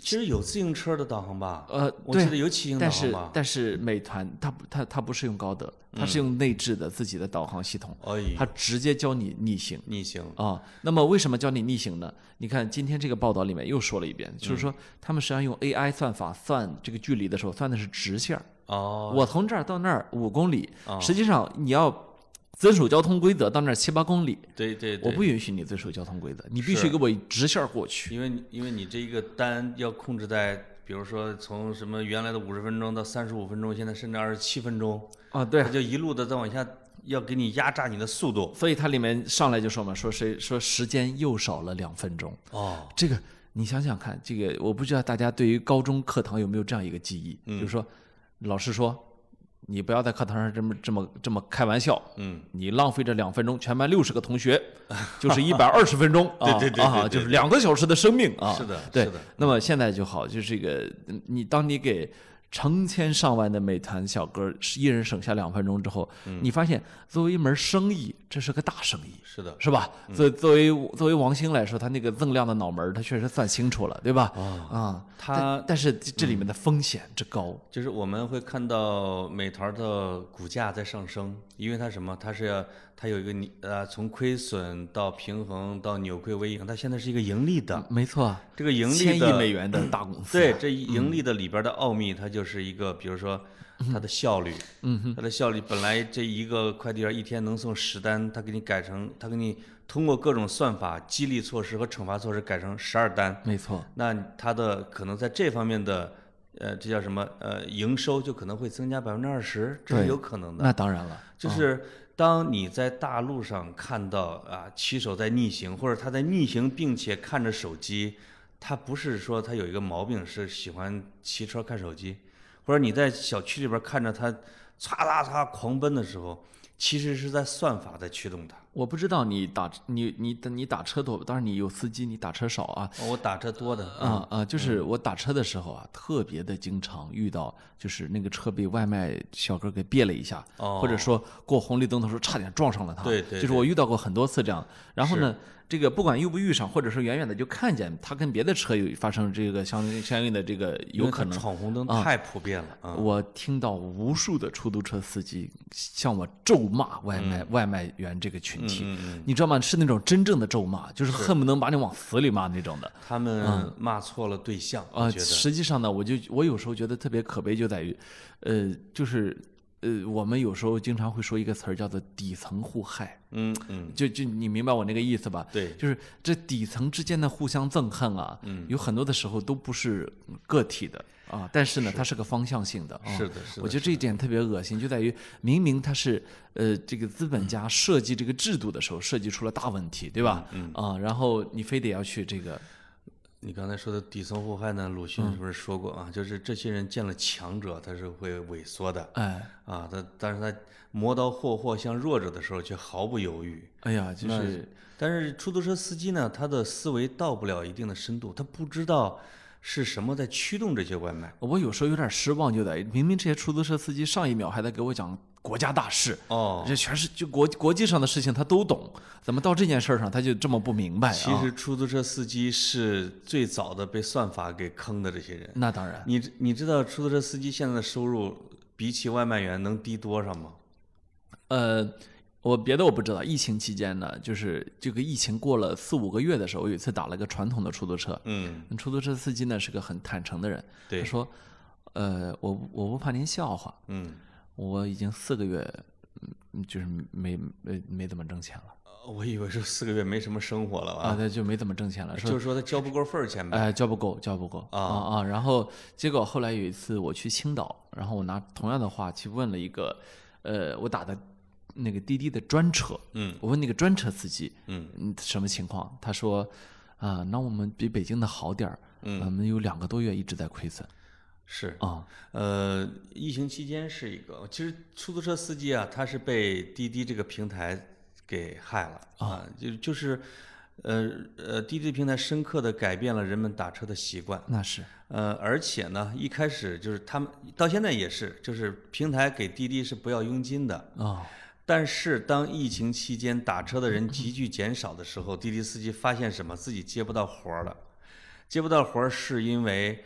A: 其实有自行车的导航吧？
B: 呃，
A: 我
B: 对
A: 记得有骑行导
B: 但
A: 航
B: 是
A: 吧？
B: 但是美团它不它它不是用高德，
A: 嗯
B: 它是用内置的自己的导航系统，
A: 哎，
B: 它直接教你逆行
A: 逆行。
B: 啊。那么为什么教你逆行呢？你看今天这个报道里面又说了一遍，
A: 嗯
B: 就是说他们实际上用 AI 算法算这个距离的时候，算的是直线儿。
A: 哦，
B: 我从这儿到那儿五公里
A: 哦，
B: 实际上你要遵守交通规则，到那儿七八公里，
A: 对对对，
B: 我不允许你遵守交通规则，你必
A: 是
B: 须给我直线儿过去。
A: 因为你因为你这一个单要控制在，比如说从什么原来的五十分钟到三十五分钟，现在甚至二十七分钟，
B: 啊，对
A: 它，就一路的在往下，要给你压榨你的速度。
B: 所以它里面上来就说嘛，说谁说时间又少了两分钟，
A: 哦，
B: 这个你想想看，这个我不知道大家对于高中课堂有没有这样一个记忆，就是说，老师说你不要在课堂上这么这么这么开玩笑，
A: 嗯，
B: 你浪费这两分钟，全班六十个 同学就是一百二十分钟
A: 对
B: 啊，
A: 对对对
B: 啊，
A: 对
B: 就是两个小时的生命啊，
A: 是的
B: 对
A: 是的。
B: 那么现在就好，就是这个嗯你当你给。成千上万的美团小哥一人省下两分钟之后，
A: 嗯
B: 你发现作为一门生意，这是个大生意，
A: 是的，
B: 是吧？作作为作为王兴来说，他那个锃亮的脑门儿，他确实算清楚了，对吧？
A: 哦
B: 啊，
A: 它
B: 但但是
A: 嗯
B: 这这里面的风险之高，
A: 就是我们会看到美团的股价在上升，因为它什么？它是要它有一个你呃，从亏损到平衡到扭亏为盈，它现在是一个盈利的，
B: 啊没错，
A: 这个盈
B: 嗯千
A: 利
B: 亿
A: 的
B: 美元嗯的大公司，
A: 对，这盈利的里边的奥秘，它就是一个，比如说它的效率，
B: 嗯
A: 它的效率本来这一个快递员一天能送十单，它给你改成，它给你通过各种算法、激励措施和惩罚措施改成十二单，
B: 没错，
A: 那它的可能在这方面的，呃，这叫什么？呃，营收就可能会增加百分之二十，这是
B: 对嗯哦
A: 有可能的。
B: 那当然了，
A: 就是当你在大路上看到啊骑手在逆行，或者他在逆行并且看着手机，他不是说他有一个毛病是喜欢骑车看手机，或者你在小区里边看着他唰啦唰狂奔的时候，其实是在算法在驱动他。
B: 我不知道你打你你你打车多，当然你有司机，你打车少啊。
A: 哦我打车多的嗯
B: 啊啊！就是我打车的时候啊，特别的经常遇到，就是那个车被外卖小哥给别了一下，
A: 哦
B: 或者说过红绿灯的时候差点撞上了他。
A: 对对
B: 就是我遇到过很多次这样。然后呢，这个不管遇不遇上，或者是远远的就看见他跟别的车有发生这个相相应的这个
A: 因
B: 有
A: 为它
B: 可能。
A: 闯红灯太普遍了啊！
B: 我听到无数的出租车司机 向我咒骂外卖、
A: 嗯
B: 外卖员这个群体，你知道吗？是那种真正的咒骂，就是恨不能把你往死里骂那种的。
A: 他们骂错了对象，我
B: 嗯啊，
A: 觉得
B: 实际上呢，我就我有时候觉得特别可悲，就在于，呃，就是呃，我们有时候经常会说一个词儿叫做底层互害，
A: 嗯嗯，
B: 就就你明白我那个意思吧？
A: 对
B: 就是这底层之间的互相憎恨啊，嗯，有很多的时候都不是个体的啊，但是呢，它是个方向性的啊。
A: 是的，是
B: 我
A: 的，
B: 觉得这一点特别恶心，就在于明明他是呃这个资本家设计这个制度的时候设计出了大问题，对吧？嗯啊，然后你非得要去这个，
A: 你刚才说的底层互害呢，鲁
B: 嗯
A: 迅是不是说过啊？就是这些人见了强者，他是会萎缩的
B: 哎
A: 啊，他但是他磨刀霍霍向弱者的时候，却毫不犹豫。
B: 哎呀，就是。
A: 但是出租车司机呢，他的思维到不了一定的深度，他不知道是什么在驱动这些外卖。
B: 我有时候有点失望，就在于明明这些出租车司机上一秒还在给我讲国家大事，
A: 哦，
B: 这全是就国国际上的事情他都懂，怎么到这件事儿上他就这么不明白啊？
A: 其实出租车司机是最早的被算法给坑的这些人。
B: 那当然，
A: 你知你知道出租车司机现在的收入比起外卖员能低多少吗？
B: 呃，我别的我不知道，疫情期间呢，就是这个疫情过了四五个月的时候，我有一次打了个传统的出租车，
A: 嗯，
B: 那出租车司机呢是个很坦诚的人，
A: 对
B: 他说，呃，我我不怕您笑话，
A: 嗯，
B: 我已经四个月，嗯，就是没没没怎么挣钱了
A: 呃我以为是四个月没什么生活了
B: 啊，
A: 啊，
B: 对，就没怎么挣钱了，
A: 就
B: 说
A: 是说他交不够份儿钱呗。
B: 哎，交不够，交不够
A: 啊
B: 啊！然后结果后来有一次我去青岛，然后我拿同样的话去问了一个，呃，我打的那个滴滴的专车，
A: 嗯，
B: 我问那个专车司机，
A: 嗯
B: 什么情况？他说，啊、那我们比北京的好点儿，
A: 嗯
B: 我们有两个多月一直在亏损
A: 是，
B: 啊，
A: 呃，疫情期间是一个，其实出租车司机啊，他是被滴滴这个平台给害了啊，就就是，呃呃，滴滴平台深刻的改变了人们打车的习惯，
B: 那是
A: 呃，而且呢，一开始就是他们到现在也是，就是平台给滴滴是不要佣金的，
B: 啊，
A: 但是当疫情期间打车的人急剧减少的时候，滴滴司机发现什么？自己接不到活儿了。接不到活儿是因为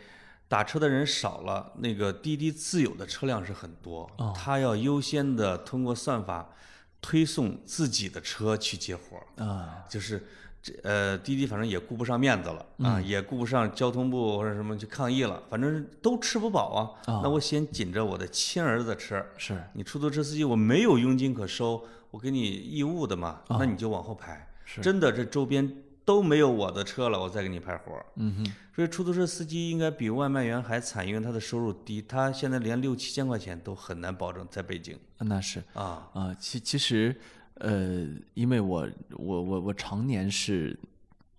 A: 打车的人少了，那个滴滴自有的车辆是很多，他要优先的通过算法推送自己的车去接活儿。
B: 啊，
A: 就是这呃，滴滴反正也顾不上面子了啊，
B: 嗯
A: 也顾不上交通部或者什么去抗议了，反正都吃不饱啊。那我先紧着我的亲儿子的吃，
B: 是
A: 你出租车司机我没有佣金可收，我给你义务的嘛，那你就往后排。
B: 啊是
A: 真的，这周边都没有我的车了，我再给你排活儿。
B: 嗯哼，
A: 所以出租车司机应该比外卖员还惨，因为他的收入低，他现在连六七千块钱都很难保证在北京
B: 那是。
A: 啊。
B: 啊，其其实，呃，因为我我我我常年是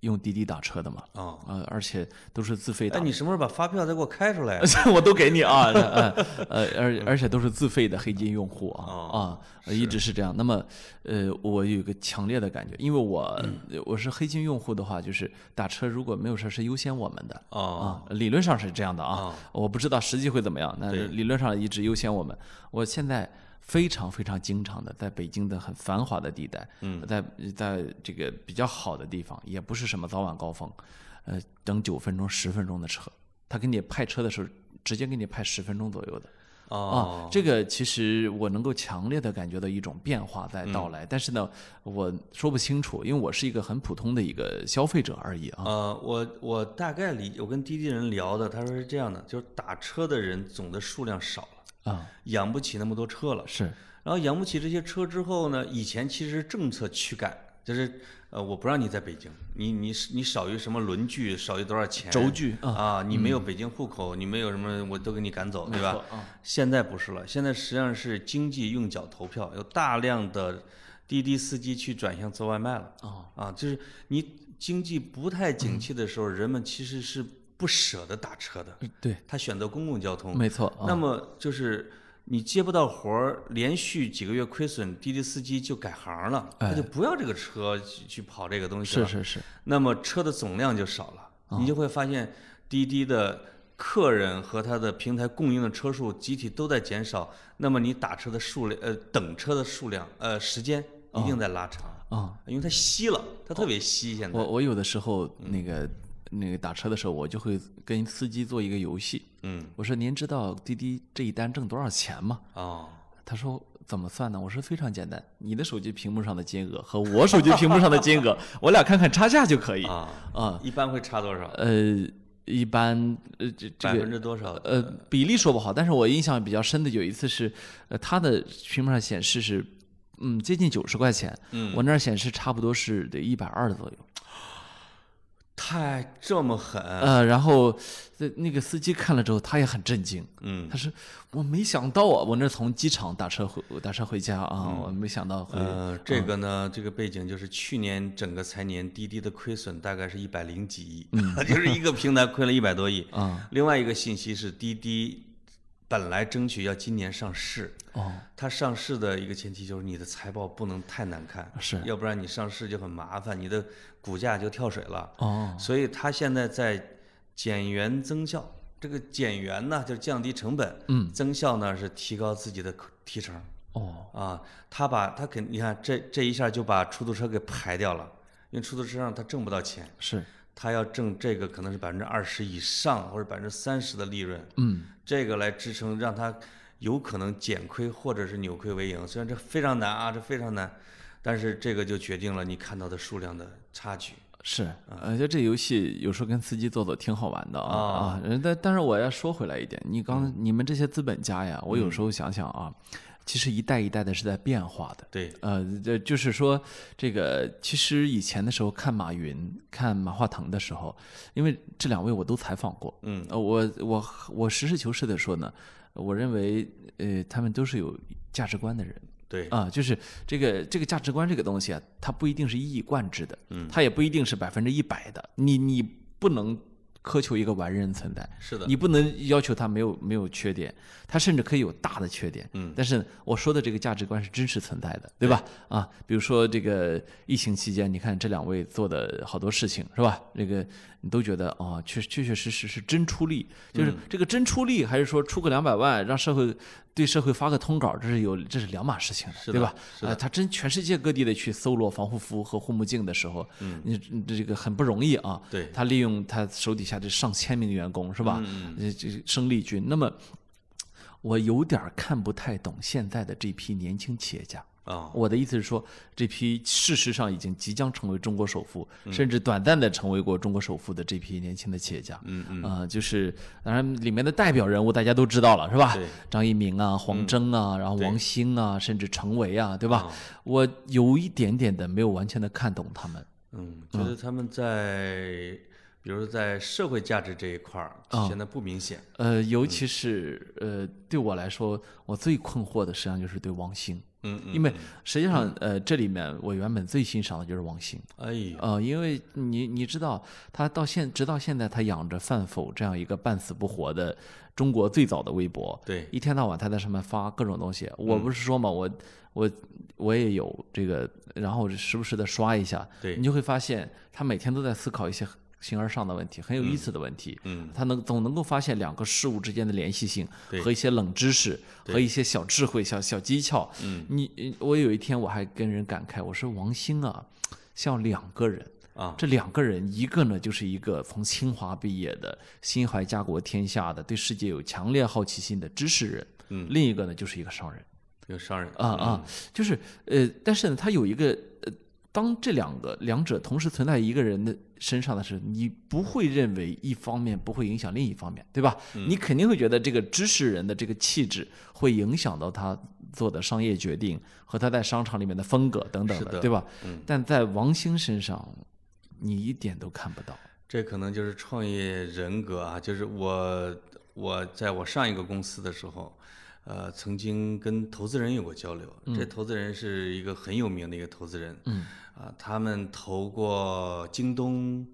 B: 用滴滴打车的嘛，
A: 啊
B: 呃，而且都是自费打
A: 哎，，你什么时候把发票再给我开出来啊？
B: 我都给你 啊，呃呃，而而且都是自费的黑金用户啊
A: 哦
B: 啊，一直是这样。那么，呃，我有一个强烈的感觉，因为我
A: 嗯
B: 我是黑金用户的话，就是打车如果没有事儿是优先我们的，
A: 哦，
B: 啊，理论上是这样的啊
A: 啊，
B: 我不知道实际会怎么样。那
A: 对
B: 理论上一直优先我们。我现在非常非常经常的在北京的很繁华的地带，嗯，在在这个比较好的地方，也不是什么早晚高峰，呃，等九分钟、十分钟的车，他给你派车的时候，直接给你派十分钟左右的。啊
A: 哦，，
B: 这个其实我能够强烈的感觉到一种变化在到来，但是呢，我说不清楚，因为我是一个很普通的一个消费者而已啊。
A: 呃，我我大概理，我跟滴滴人聊的，他说是这样的，就是打车的人总的数量少了，
B: 啊，
A: 养不起那么多车了。
B: 是
A: 然后养不起这些车之后呢，以前其实政策驱赶，就是呃，我不让你在北京，你你你少于什么轮距，少于多少钱，
B: 轴距啊
A: 啊，你没有北京户口，你没有什么，我都给你赶走，对吧？
B: 啊
A: 现在不是了，现在实际上是经济用脚投票，有大量的滴滴司机去转向做外卖了。
B: 哦
A: 啊，就是你经济不太
B: 嗯
A: 景气的时候，人们其实是不舍得打车的，
B: 对，
A: 他选择公共交通。
B: 没错啊。
A: 嗯那么就是你接不到活儿，连续几个月亏损，滴滴司机就改行了，他就不要这个车去去跑这个东西
B: 哎是哦
A: 了。
B: 是是，
A: 那么车的总量就少了，你就会发现滴滴的客人和它的平台供应的车数集体都在减少，那么你打车的数量，呃，等车的数量，呃，时间一
B: 哦
A: 定在拉长
B: 啊，
A: 因为它稀了，它特别稀现在。嗯
B: 我我有的时候那个那个打车的时候，我就会跟司机做一个游戏。
A: 嗯，
B: 我说：“您知道滴滴这一单挣多少钱吗
A: 哦，？”
B: 他说：“怎么算呢？”我说：“非常简单，你的手机屏幕上的金额和我手机屏幕上的金额， 我俩看看差价就可以。”
A: 啊
B: 啊，
A: 一般会差多少？
B: 呃，一般呃这
A: 百
B: 这个
A: 分之多少？
B: 呃，比例说不好，但是我印象比较深的有一次是，呃，它的屏幕上显示是，嗯，接近九十块钱，嗯，我那儿显示差不多是得一百二左右，
A: 太这么狠，
B: 呃，然后这那个司机看了之后，他也很震惊，
A: 嗯，
B: 他说我没想到啊，我那从机场打车回打车回家啊，我没想到会，
A: 呃，这
B: 嗯
A: 个呢，这个背景就是去年整个财年滴滴的亏损大概是一百零几亿， 就是一个平台亏了一百多亿。
B: 嗯啊
A: 另外一个信息是滴滴本来争取要今年上市，
B: 哦，
A: 它上市的一个前提就是你的财报不能太难看，
B: 是
A: 要不然你上市就很麻烦，你的股价就跳水了。
B: 哦，
A: 所以它现在在减员增效。
B: 嗯
A: 这个减员呢，就是降低成本；嗯，增效呢是提高自己的提成。
B: 哦，
A: 啊，他把他肯，你看这这一下就把出租车给排掉了，因为出租车上他挣不到钱，
B: 是，
A: 他要挣这个可能是百分之二十以上或者百分之三十的利润，
B: 嗯，
A: 这个来支撑让他有可能减亏或者是扭亏为盈。虽然这非常难啊，这非常难，但是这个就决定了你看到的数量的差距。
B: 是，呃，就这游戏有时候跟司机做做挺好玩的啊
A: 啊
B: 啊！呃但但是我要说回来一点，你刚、你们这些资本家呀，我有时候想想啊，其实一代一代的是在变化的。
A: 对，
B: 呃，这就是说，这个其实以前的时候看马云、看马化腾的时候，因为这两位我都采访过，
A: 嗯，
B: 呃，我我我实事求是的说呢，我认为呃，他们都是有价值观的人，
A: 对，
B: 啊，就是这个这个价值观这个东西啊，它不一定是一以贯之的，
A: 嗯
B: 它也不一定是百分之一百的，你你不能苛求一个完人存在，
A: 是的
B: 你，不能要求他没有没有缺点，他甚至可以有大的缺点，
A: 嗯
B: 但是我说的这个价值观是真实存在的，对吧？啊，比如说这个疫情期间，你看这两位做的好多事情，是吧？这个你都觉得啊、确确确实实是真出力，
A: 嗯
B: 就是这个真出力，还是说出个两百万让社会对社会发个通稿，这是有这是两码事情的，
A: 是的
B: 对吧？
A: 是
B: 啊、
A: 的
B: 他真全世界各地的去搜罗防护服和护目镜的时候，嗯，你这个很不容易啊，
A: 对
B: 他利用他手底下这上千名员工是吧？
A: 嗯
B: 呃这生力军。那么，我有点儿看不太懂现在的这批年轻企业家。
A: 啊，
B: 我的意思是说，这批事实上已经即将成为中国首富，
A: 嗯
B: 甚至短暂的成为过中国首富的这批年轻的企业家，
A: 嗯嗯，
B: 啊、就是当然里面的代表人物大家都知道了，是吧
A: 对？嗯
B: 张一鸣啊、黄峥啊，然后王兴啊，甚至程维啊，对吧？
A: 啊
B: 我有一点点的没有完全的看懂他们，
A: 嗯，觉得他们在，比如说在社会价值这一块儿，
B: 嗯
A: 现在不明显。
B: 呃，
A: 嗯
B: 尤其是呃，对我来说，我最困惑的实际上就是对王兴，
A: 嗯嗯，
B: 因为实际上呃，这里面我原本最欣赏的就是王兴。
A: 哎呀，
B: 呃，因为你你知道，他到现直到现在，他养着范否这样一个半死不活的中国最早的微博，
A: 对，
B: 一天到晚他在上面发各种东西。我
A: 嗯
B: 不是说嘛，我我我也有这个，然后时不时的刷一下，
A: 对
B: 你就会发现他每天都在思考一些形而上的问题，很有意思的问题。
A: 嗯，
B: 他能总能够发现两个事物之间的联系性
A: 对
B: 和一些冷知识和一些小智慧、小小技巧。
A: 嗯，
B: 你我有一天我还跟人感慨，我说王兴啊，像两个人。
A: 啊，
B: 这两个人，一个呢就是一个从清华毕业的、心怀家国天下的、对世界有强烈好奇心的知识人，
A: 嗯
B: 另一个呢就是一个商人
A: 有商人嗯
B: 啊啊，就是呃，但是呢，他有一个呃，当这两个两者同时存在一个人的身上的时候，你不会认为一方面不会影响另一方面，对吧？
A: 嗯
B: 你肯定会觉得这个知识人的这个气质会影响到他做的商业决定和他在商场里面的风格等等
A: 是的
B: 对吧？
A: 嗯
B: 但在王兴身上。你一点都看不到，
A: 这可能就是创业人格啊，就是我我在我上一个公司的时候，呃，曾经跟投资人有过交流。这投资人是一个很有名的一个投资人，
B: 嗯，
A: 啊，他们投过京东，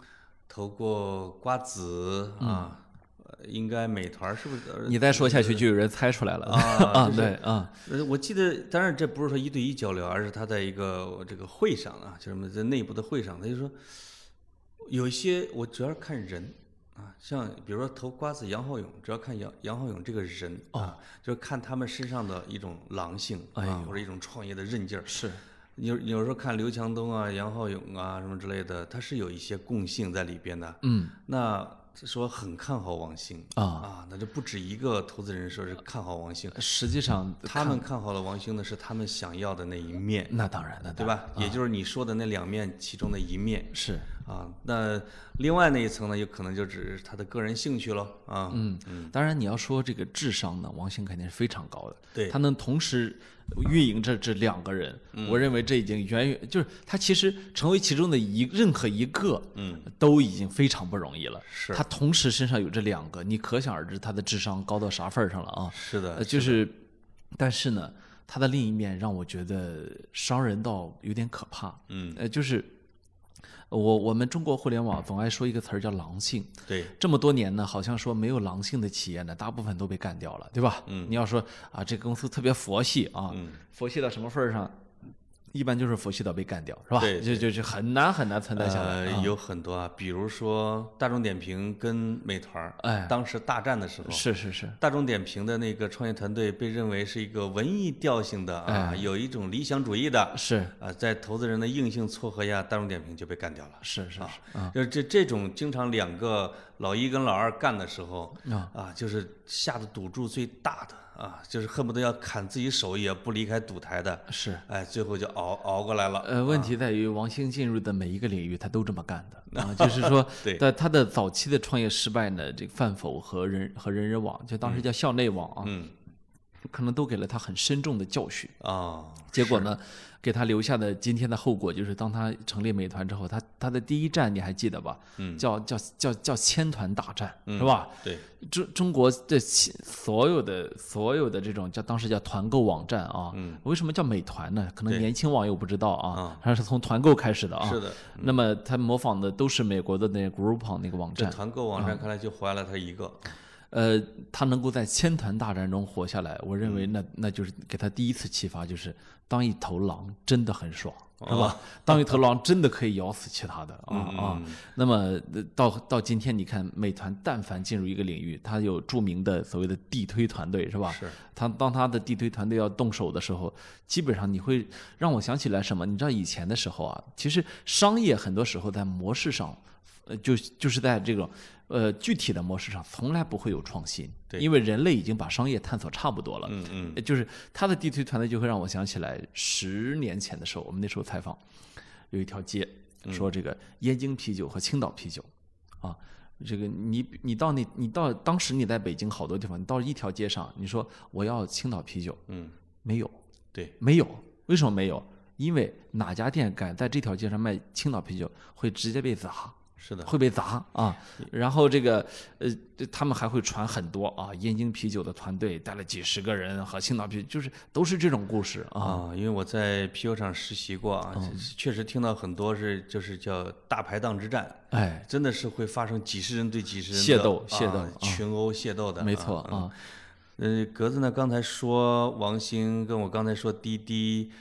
A: 投过瓜子啊，呃应该美团是不是？呃
B: 嗯你再说下去就有人猜出来了
A: 啊就是
B: 对 啊，
A: 呃，我记得，当然这不是说一对一交流，而是他在一个这个会上啊，就是什么在内部的会上，他就说，有一些我主要是看人啊，像比如说投瓜子杨浩勇，主要看杨杨浩勇这个人啊，就是看他们身上的一种狼性啊，
B: 哦哎呦
A: 或者一种创业的韧劲儿。
B: 是
A: 有有时候看刘强东啊、杨浩勇啊什么之类的，他是有一些共性在里边的。
B: 嗯
A: 那说很看好王兴
B: 啊呃
A: 啊，那就不止一个投资人说是看好王兴，
B: 实际上
A: 他们看好了王兴的是他们想要的那一面，
B: 那当然了，
A: 对吧？也就是你说的那两面其中的一面
B: 是，
A: 啊。那另外那一层呢，有可能就只是他的个人兴趣了啊。嗯，
B: 当然你要说这个智商呢，王兴肯定是非常高的，
A: 对嗯
B: 他能同时运营着这两个人，我认为这已经远远就是他其实成为其中的一任何一个，嗯，都已经非常不容易了。
A: 是
B: 他同时身上有这两个，你可想而知他的智商高到啥份儿上了啊！
A: 是
B: 呃，
A: 的，
B: 就是，但是呢，他的另一面让我觉得伤人到有点可怕。
A: 嗯，
B: 呃，就是我我们中国互联网总爱说一个词儿叫狼性。
A: 对，
B: 这么多年呢，好像说没有狼性的企业呢，大部分都被干掉
A: 嗯
B: 了，对吧？嗯，你要说啊，这个公司特别佛系啊，佛系到什么份儿上？一般就是佛系岛被干掉，是吧？
A: 对
B: 就就是很难很难存在下来。
A: 呃，有很多啊，比如说大众点评跟美团儿，
B: 哎
A: 当时大战的时候，
B: 是是是，
A: 大众点评的那个创业团队被认为是一个文艺调性的
B: 哎
A: 啊，有一种理想主义的
B: 是
A: 啊，在投资人的硬性撮合下，大众点评就被干掉了。
B: 是是
A: 啊，就是这这种经常两个老一跟老二干的时候
B: 啊
A: 啊，就是下的赌注最大的啊，就是恨不得要砍自己手也不离开赌台的，
B: 是。
A: 哎，最后就熬熬过来了。
B: 呃，问题在于王兴进入的每一个领域，他都这么干 的啊，就是说，
A: 对
B: 但他的早期的创业失败呢，这个饭否和人和人人网，就当时叫校内网啊，
A: 嗯
B: 可能都给了他很深重的教训。
A: 啊，
B: 结果呢，给他留下的今天的后果就是，当他成立美团之后，他他的第一站你还记得吧？
A: 嗯
B: 叫叫叫叫千团大战，是吧？
A: 对，
B: 中中国的其所有的所有的这种叫当时叫团购网站啊，
A: 嗯
B: 为什么叫美团呢？可能
A: 对嗯
B: 年轻网友不知道啊，它是从团购开始的啊。
A: 是的。嗯
B: 那么它模仿的都是美国的那个 Groupon 那个网
A: 这
B: 站，啊
A: 团购网站看来就怀了他一个，
B: 呃，它能够在千团大战中活下来，我认为那那就是给他第一次启发，就是当一头狼真的很爽。是吧？当一头狼真的可以咬死其他的啊啊！那么呃到到今天，你看美团，但凡进入一个领域，它有著名的所谓的地推团队，是吧？
A: 是。
B: 他当他的地推团队要动手的时候，基本上你会让我想起来什么？你知道以前的时候啊，其实商业很多时候在模式上，呃，就就是在这种呃具体的模式上，从来不会有创新，
A: 对
B: 因为人类已经把商业探索差不多了。
A: 嗯嗯，
B: 呃就是他的地推团队就会让我想起来十年前的时候，我们那时候采访，有一条街说这个燕京啤酒和青岛啤酒，啊，这个你你到那你到当时你在北京好多地方，你到一条街上，你说我要青岛啤酒，
A: 嗯，
B: 没有，
A: 对，
B: 没有，为什么没有？因为哪家店敢在这条街上卖青岛啤酒，会直接被砸。
A: 是的，
B: 会被砸啊。然后这个呃，他们还会传很多啊，燕京啤酒的团队带了几十个人和青岛啤，就是都是这种故事啊。
A: 啊，因为我在啤酒厂实习过啊，
B: 嗯
A: 确实听到很多是就是叫大排档之战，
B: 哎，
A: 真的是会发生几十人对几十人
B: 械
A: 的
B: 斗械
A: 啊
B: 斗啊
A: 群殴械斗的，
B: 没
A: 啊
B: 错啊，
A: 呃，格子呢，刚才说王兴，跟我刚才说滴滴，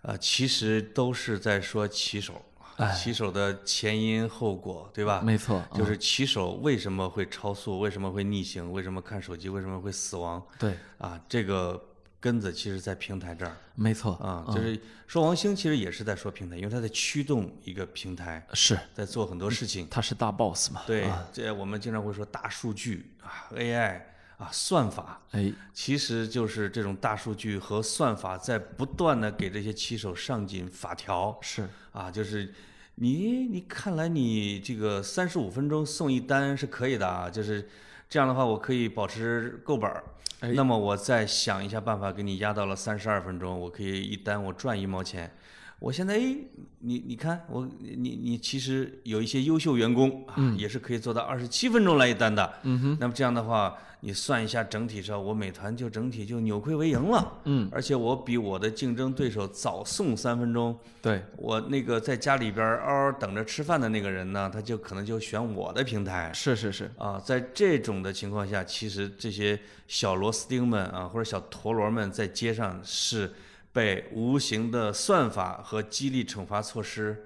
A: 呃，其实都是在说骑手，
B: 哎
A: 骑手的前因后果，对吧？
B: 没错，啊
A: 嗯就是骑手为什么会超速，为什么会逆行，为什么看手机，为什么会死亡
B: 对，
A: 啊？这个根子其实在平台这儿
B: 没错，
A: 啊，就是说王兴其实也是在说平台，因为他在驱动一个平台，
B: 是
A: 在做很多事情。
B: 他是大 boss 嘛？
A: 对，这我们经常会说大数据啊、AI 啊、算法，
B: 哎，
A: 其实就是这种大数据和算法在不断的给这些骑手上紧法条
B: 是
A: 啊，就是你你看来你这个三十五分钟送一单是可以的啊，就是这样的话我可以保持够本儿。
B: 哎
A: 那么我再想一下办法，给你压到了三十二分钟，我可以一单我赚一毛钱。我现在哎，你你看我你你其实有一些优秀员工啊，也是可以做到二十七分钟来一单的。嗯哼。那么这样的话，你算一下整体上，我美团就整体就扭亏为盈了。嗯。而且我比我的竞争对手早送三分钟，
B: 对，
A: 我那个在家里边儿嗷嗷等着吃饭的那个人呢，他就可能就选我的平台
B: 是是是，
A: 啊。在这种的情况下，其实这些小螺丝钉们啊，或者小陀螺们在街上是被无形的算法和激励惩罚措施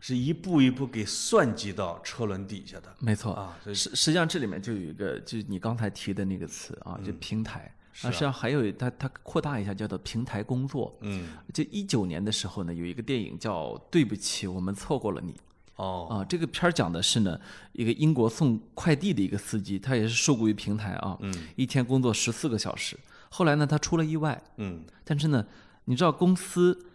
A: 是一步一步给算计到车轮底下的
B: 没错
A: 啊。所以
B: 实实际上这里面就有一个，就是你刚才提的那个词啊，
A: 嗯
B: 就平台。啊，实际上还有它，它扩大一下，叫做平台工作。
A: 嗯
B: 就一九年的时候呢，有一个电影叫《对不起，我们错过了你》。
A: 哦
B: 啊，这个片儿讲的是呢，一个英国送快递的一个司机，他也是受雇于平台啊，一天工作十四个小时。后来呢，他出了意外，
A: 嗯
B: 但是呢，你知道公司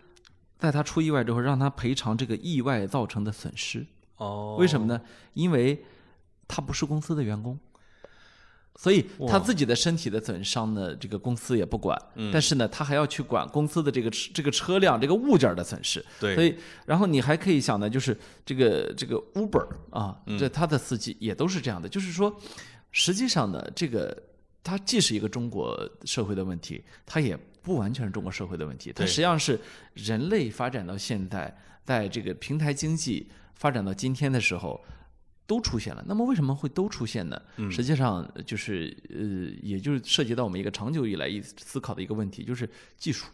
B: 在他出意外之后，让他赔偿这个意外造成的损失，
A: 哦，
B: 为什么呢？因为他不是公司的员工。所以他自己的身体的损伤呢，这个公司也不管，但是呢，他还要去管公司的这个车这个车辆这个物件儿的损失，
A: 对
B: 所以，然后你还可以想呢，就是这个这个 Uber 啊，这他的司机也都是这样的，就是说，实际上呢，这个它既是一个中国社会的问题，它也不完全是中国社会的问题，它
A: 对
B: 实际上是人类发展到现在，在这个平台经济发展到今天的时候。都出现了，那么为什么会都出现呢？
A: 嗯
B: 实际上就是呃，也就是涉及到我们一个长久以来一思考的一个问题，就是技术。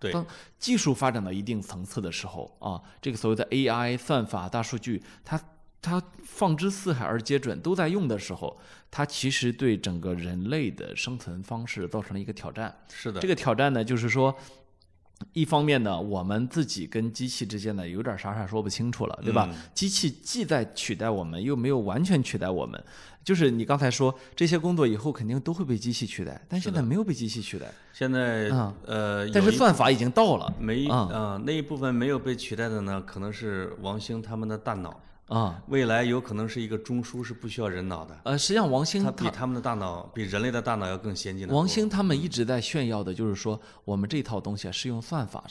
A: 对
B: 当技术发展到一定层次的时候啊，这个所谓的 AI、算法、大数据，它它放之四海而皆准，都在用的时候，它其实对整个人类的生存方式造成了一个挑战。
A: 是的，
B: 这个挑战呢，就是说，一方面呢，我们自己跟机器之间呢，有点啥啥说不清楚了，对
A: 嗯
B: 吧？机器既在取代我们，又没有完全取代我们。就是你刚才说这些工作以后肯定都会被机器取代，但现在没有被机器取代，
A: 现在
B: 啊
A: 呃，
B: 但
A: 有
B: 是
A: 一
B: 算法已经到了
A: 没
B: 啊
A: 啊那一部分没有被取代的呢，可能是王兴他们的大脑，
B: 啊。
A: 未来有可能是一个中枢是不需要人脑的，
B: 呃，实际上王兴
A: 它
B: 他
A: 比他们的大脑比人类的大脑要更先进的多。
B: 王兴他们一直在炫耀的，就是说我们这套东西啊是用算法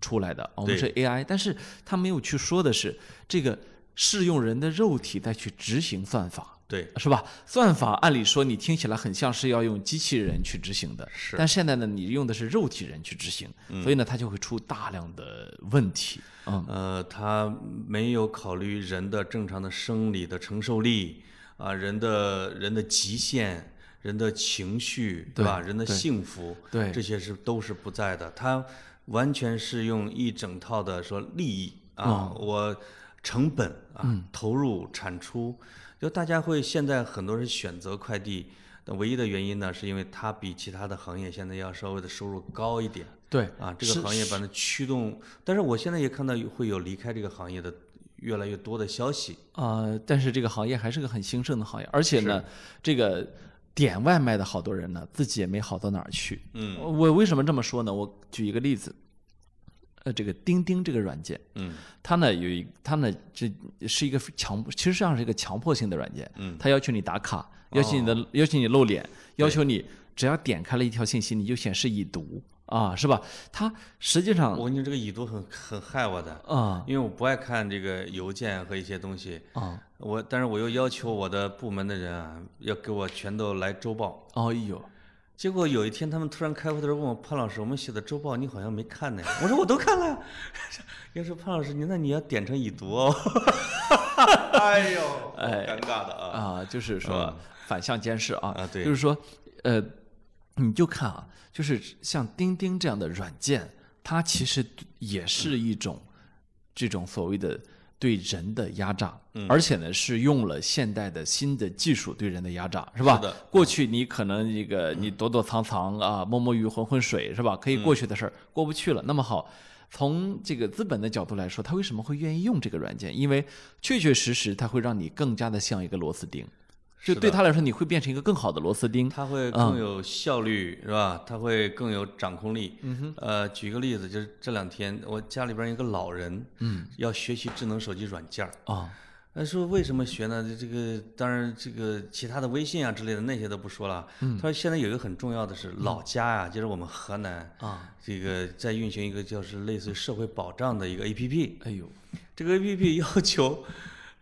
B: 出来的，我们
A: 对
B: 是 AI，但是他没有去说的是，这个是用人的肉体再去执行算法，
A: 对
B: 是吧？算法按理说你听起来很像是要用机器人去执行的，
A: 是嗯
B: 但现在呢，你用的是肉体人去执行，所以呢，它就会出大量的问题。嗯，
A: 呃，他没有考虑人的正常的生理的承受力啊，人的人的极限。人的情绪，
B: 对
A: 吧？人的
B: 对
A: 幸福，
B: 对
A: 这些是都是不在的。他完全是用一整套的说利益啊，我成本啊，投入产出，就大家会现在很多人选择快递，那唯一的原因呢，是因为它比其他的行业现在要稍微的收入高一点。
B: 对
A: 啊，这个行业把它驱动，但是我现在也看到有会有离开这个行业的越来越多的消息。
B: 呃，但是这个行业还是个很兴盛的行业，而且呢，这个点外卖的好多人呢，自己也没好到哪儿去。
A: 嗯
B: 我为什么这么说呢？我举一个例子，呃，这个钉钉这个软件，
A: 嗯
B: 它呢有一，它呢这是一个强，其实上是一个强迫性的软件，
A: 嗯
B: 它要求你打卡，要求你的，要求你露脸，要求你只要点开了一条信息，你就显示已读啊，是吧？它实际上
A: 我跟你说，这个已读很很害我的，
B: 啊
A: 因为我不爱看这个邮件和一些东西。
B: 啊，
A: 我，但是我又要求我的部门的人啊，要给我全都来周报。
B: 哦呦，
A: 结果有一天，他们突然开会的时候问我潘老师，我们写的周报你好像没看呢。我说我都看了。 要说潘老师，你那你要点成已读哦。 哎呦，尴尬的啊。
B: 啊，就是说反向监视啊，
A: 啊对
B: 就是说，呃，你就看啊，就是像钉钉这样的软件，它其实也是一种这种所谓的对人的压榨，
A: 嗯
B: 而且呢是用了现代的新的技术对人的压榨，是吧？
A: 是的
B: 过去你可能这个你躲躲藏藏啊，摸摸鱼浑浑水是吧？可以
A: 嗯
B: 过去的事儿、过不去了。那么好，从这个资本的角度来说，他为什么会愿意用这个软件？因为确确实实它会让你更加的像一个螺丝钉，就是
A: 的
B: 对他来说，你会变成一个更好的螺丝钉。
A: 它会更有效率，是吧？它会更有掌控力。呃，举个例子，就是这两天我家里边有一个老人，嗯，要学习智能手机软件儿。
B: 啊
A: 他哎说为什么学呢？这个当然，这个其他的微信啊之类的那些都不说了。他说现在有一个很重要的是老家啊，就是我们河南
B: 啊，
A: 这个在运行一个叫是类似于社会保障的一个 APP。
B: 哎呦，
A: 这个 APP 要求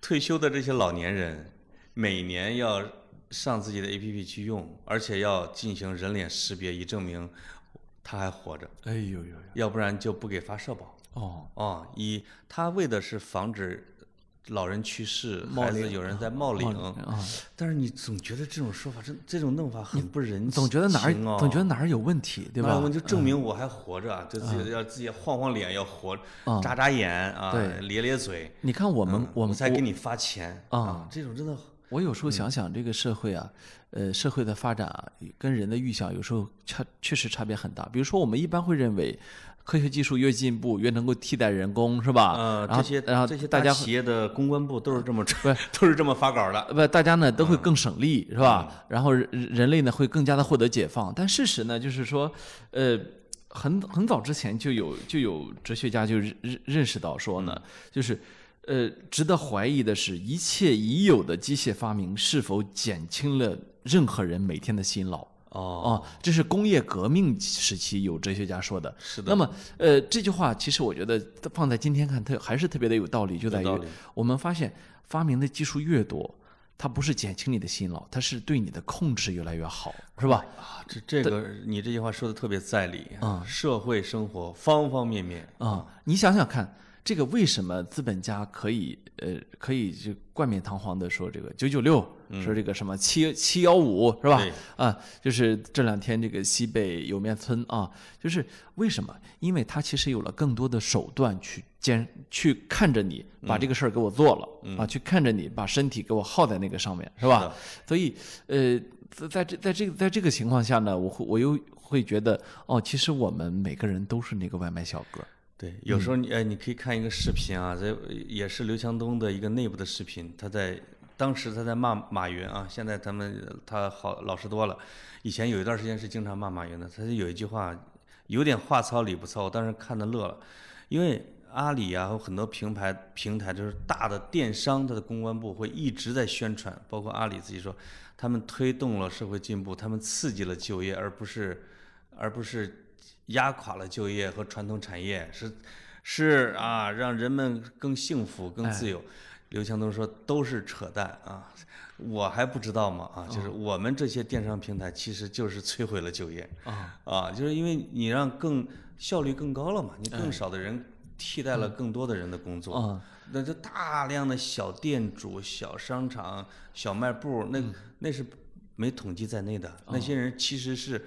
A: 退休的这些老年人每年要上自己的 APP 去用，而且要进行人脸识别，以证明他还活着，
B: 哎呦呦呦，
A: 要不然就不给发社保。
B: 哦，
A: 啊、以他为的是防止老人去世，
B: 冒
A: 孩子
B: 领
A: 有人在冒领。
B: 啊，
A: 但是你总觉得这种说法，这这种弄法很不人性、哦，
B: 总觉得哪儿总觉得哪儿有问题，对
A: 那
B: 吧嗯
A: 我？们就证明我还活着，啊，就自己要自己晃晃脸，要活，
B: 嗯
A: 眨眨眼啊，
B: 对
A: 咧咧嘴。
B: 你看我们
A: 嗯
B: 我们
A: 才给你发钱
B: 啊
A: 这种真的
B: 我有时候想想，这个社会啊，呃，社会的发展啊，跟人的预想有时候差确实差别很大。比如说，我们一般会认为，科学技术越进步，越能够替代人工，是吧？
A: 呃，
B: 啊然
A: 这
B: 后
A: 些
B: 然后
A: 这些
B: 大
A: 大
B: 家
A: 企业的公关部都是这么 都是这么发稿的，
B: 不，大家呢都会更省力，是吧？然后人人类呢会更加的获得解放。但事实呢，就是说，呃，很很早之前就有就有哲学家就认认认识到说呢，就是。呃，值得怀疑的是，一切已有的机械发明是否减轻了任何人每天的辛劳？
A: 哦，
B: 哦，这是工业革命时期有哲学家说的。
A: 是的
B: 那么，呃，这句话其实我觉得放在今天看，它还是特别的有道理，就在于
A: 道理
B: 我们发现发明的技术越多，它不是减轻你的辛劳，它是对你的控制越来越好，是吧？
A: 啊，这这个你
B: 嗯
A: 这句话说的特别在理啊，社会生活方方面面，
B: 啊、你想想看，这个为什么资本家可以呃可以就冠冕堂皇的说这个九九六，说这个什么七七幺五是吧
A: 对？
B: 啊，就是这两天这个西北莜面村啊，就是为什么？因为他其实有了更多的手段去监去看着你把这个事儿给我做了、啊，去看着你把身体给我耗在那个上面是吧？所以呃，在在这在这个在这个情况下呢，我会我又会觉得哦，其实我们每个人都是那个外卖小哥。
A: 对，有时候你哎，你可以看一个视频啊，在也是刘强东的一个内部的视频，他在当时他在骂马云啊，现在咱们他好老实多了，以前有一段时间是经常骂马云的，他就有一句话有点话糙理不糙，我当时看的乐了，因为阿里啊和很多平台平台就是大的电商，它的公关部会一直在宣传，包括阿里自己说，他们推动了社会进步，他们刺激了就业，而不是而不是压垮了就业和传统产业，是是啊，让人们更幸福、更自由。刘强东说都是扯淡啊，我还不知道吗？啊，就是我们这些电商平台其实就是摧毁了就业啊就是因为你让更效率更高了嘛，你更少的人替代了更多的人的工作。
B: 嗯
A: 那就大量的小店主、小商场、小卖部，那、那是没统计在内的。那些人其实是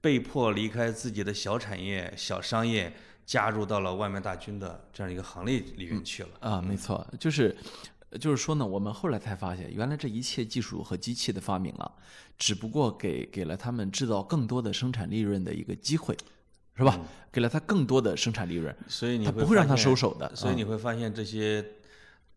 A: 被迫离开自己的小产业、小商业，加入到了外卖大军的这样一个行列里面去了。
B: 啊，没错，就是就是说呢，我们后来才发现，原来这一切技术和机器的发明啊，只不过给给了他们制造更多的生产利润的一个机会，是吧？给了他更多的生产利润，
A: 所嗯以你
B: 他
A: 会
B: 不会让
A: 发
B: 他
A: 现
B: 收手的
A: 所以你会发现这些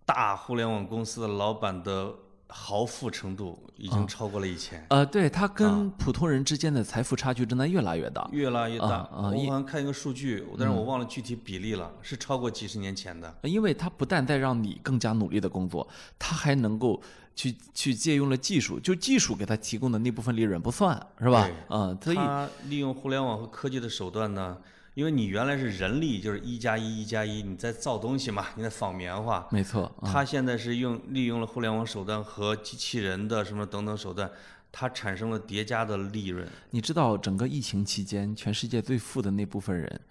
A: 大互联网公司的老板的豪富程度已经超过了以前，
B: 呃，对他
A: 啊
B: 跟普通人之间的财富差距正在越来越大。
A: 越来越大。
B: 啊啊
A: 我好像看一个嗯数据，但是我忘了具体比例了，是超过几十年前的。
B: 因为他不但在让你更加努力的工作，他还能够去去借用了技术，就技术给他提供的那部分利润不算是吧
A: 对？
B: 嗯，所以
A: 他利用互联网和科技的手段呢，因为你原来是人力，就是一加一一加一，你在造东西嘛，你在纺棉花。
B: 没错，嗯
A: 他现在是用利用了互联网手段和机器人的什么等等手段，它产生了叠加的利润。
B: 你知道，整个疫情期间，全世界最富的那部分人，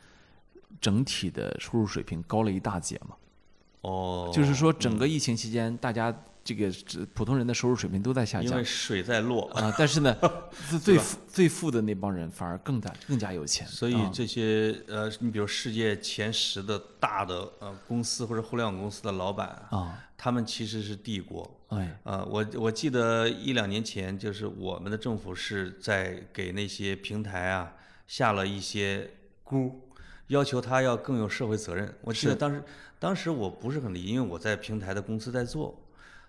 B: 整体的收入水平高了一大截嘛？
A: 哦，
B: 就是说，整个疫情期间，大家这个只普通人的收入水平都在下
A: 因
B: 降
A: 为水在落，
B: 啊。但是呢，最最富最富的那帮人反而更加更加有钱。
A: 所以这些呃，你比如世界前十的大的呃公司或者互联网公司的老板
B: 啊，
A: 他们其实是帝国。
B: 哎，
A: 啊，我我记得一两年前，就是我们的政府是在给那些平台啊下了一些箍，要求他要更有社会责任。我记得当时，当时我不是很理解，因为我在平台的公司在做。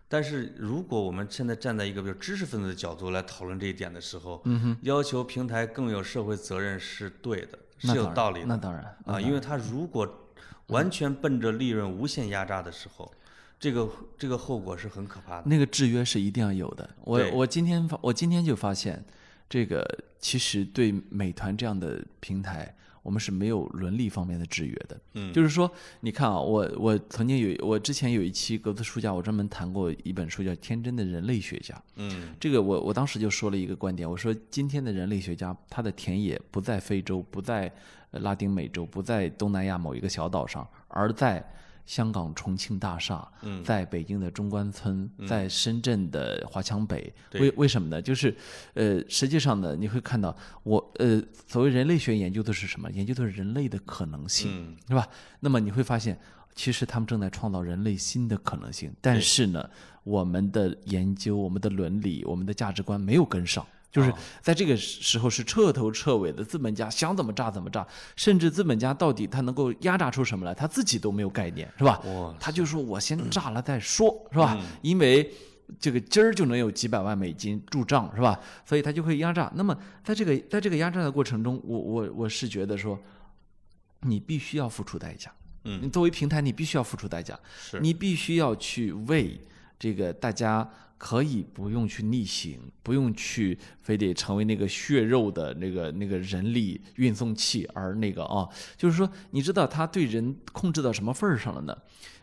A: 但是如果我们现在站在一个比如知识分子的角度来讨论这一点的时候，
B: 嗯
A: 要求平台更有社会责任是对的，
B: 那
A: 是有
B: 当然
A: 道理的。
B: 那当然嗯
A: 啊，因为他如果完全奔着利润无限压榨的时候，这个这个后果是很可怕的。
B: 那个制约是一定要有的。我
A: 对
B: 我今天发我今天就发现，这个其实对美团这样的平台，我们是没有伦理方面的制约的。嗯，就是说，你看啊，我我曾经有我之前有一期格子书架，我专门谈过一本书叫《天真的人类学家》。
A: 嗯，
B: 这个我我当时就说了一个观点，我说今天的人类学家，他的田野不在非洲，不在呃拉丁美洲，不在东南亚某一个小岛上，而在香港重庆大厦，
A: 嗯
B: 在北京的中关村，在深圳的华强北，
A: 对
B: 为为什么呢？就是呃，实际上呢，你会看到我呃，所谓人类学研究的是什么？研究的是人类的可能性，
A: 嗯
B: 是吧？那么你会发现，其实他们正在创造人类新的可能性，但是呢，我们的研究、我们的伦理、我们的价值观没有跟上。
A: 哦
B: 就是在这个时候是彻头彻尾的资本家想怎么炸怎么炸，甚至资本家到底他能够压榨出什么来，他自己都没有概念，是吧？
A: 哇，嗯
B: 他就说我先炸了再说，是吧？因为这个今儿就能有几百万美金入账，是吧？所以他就会压榨。那么在这个在这个压榨的过程中，我我我是觉得说，你必须要付出代价。
A: 嗯，
B: 你作为平台，你必须要付出代价，
A: 是
B: 你必须要去为这个大家可以不用去逆行，不用去非得成为那个血肉的那个那个人力运送器，而那个啊，就是说，你知道他对人控制到什么份儿上了呢？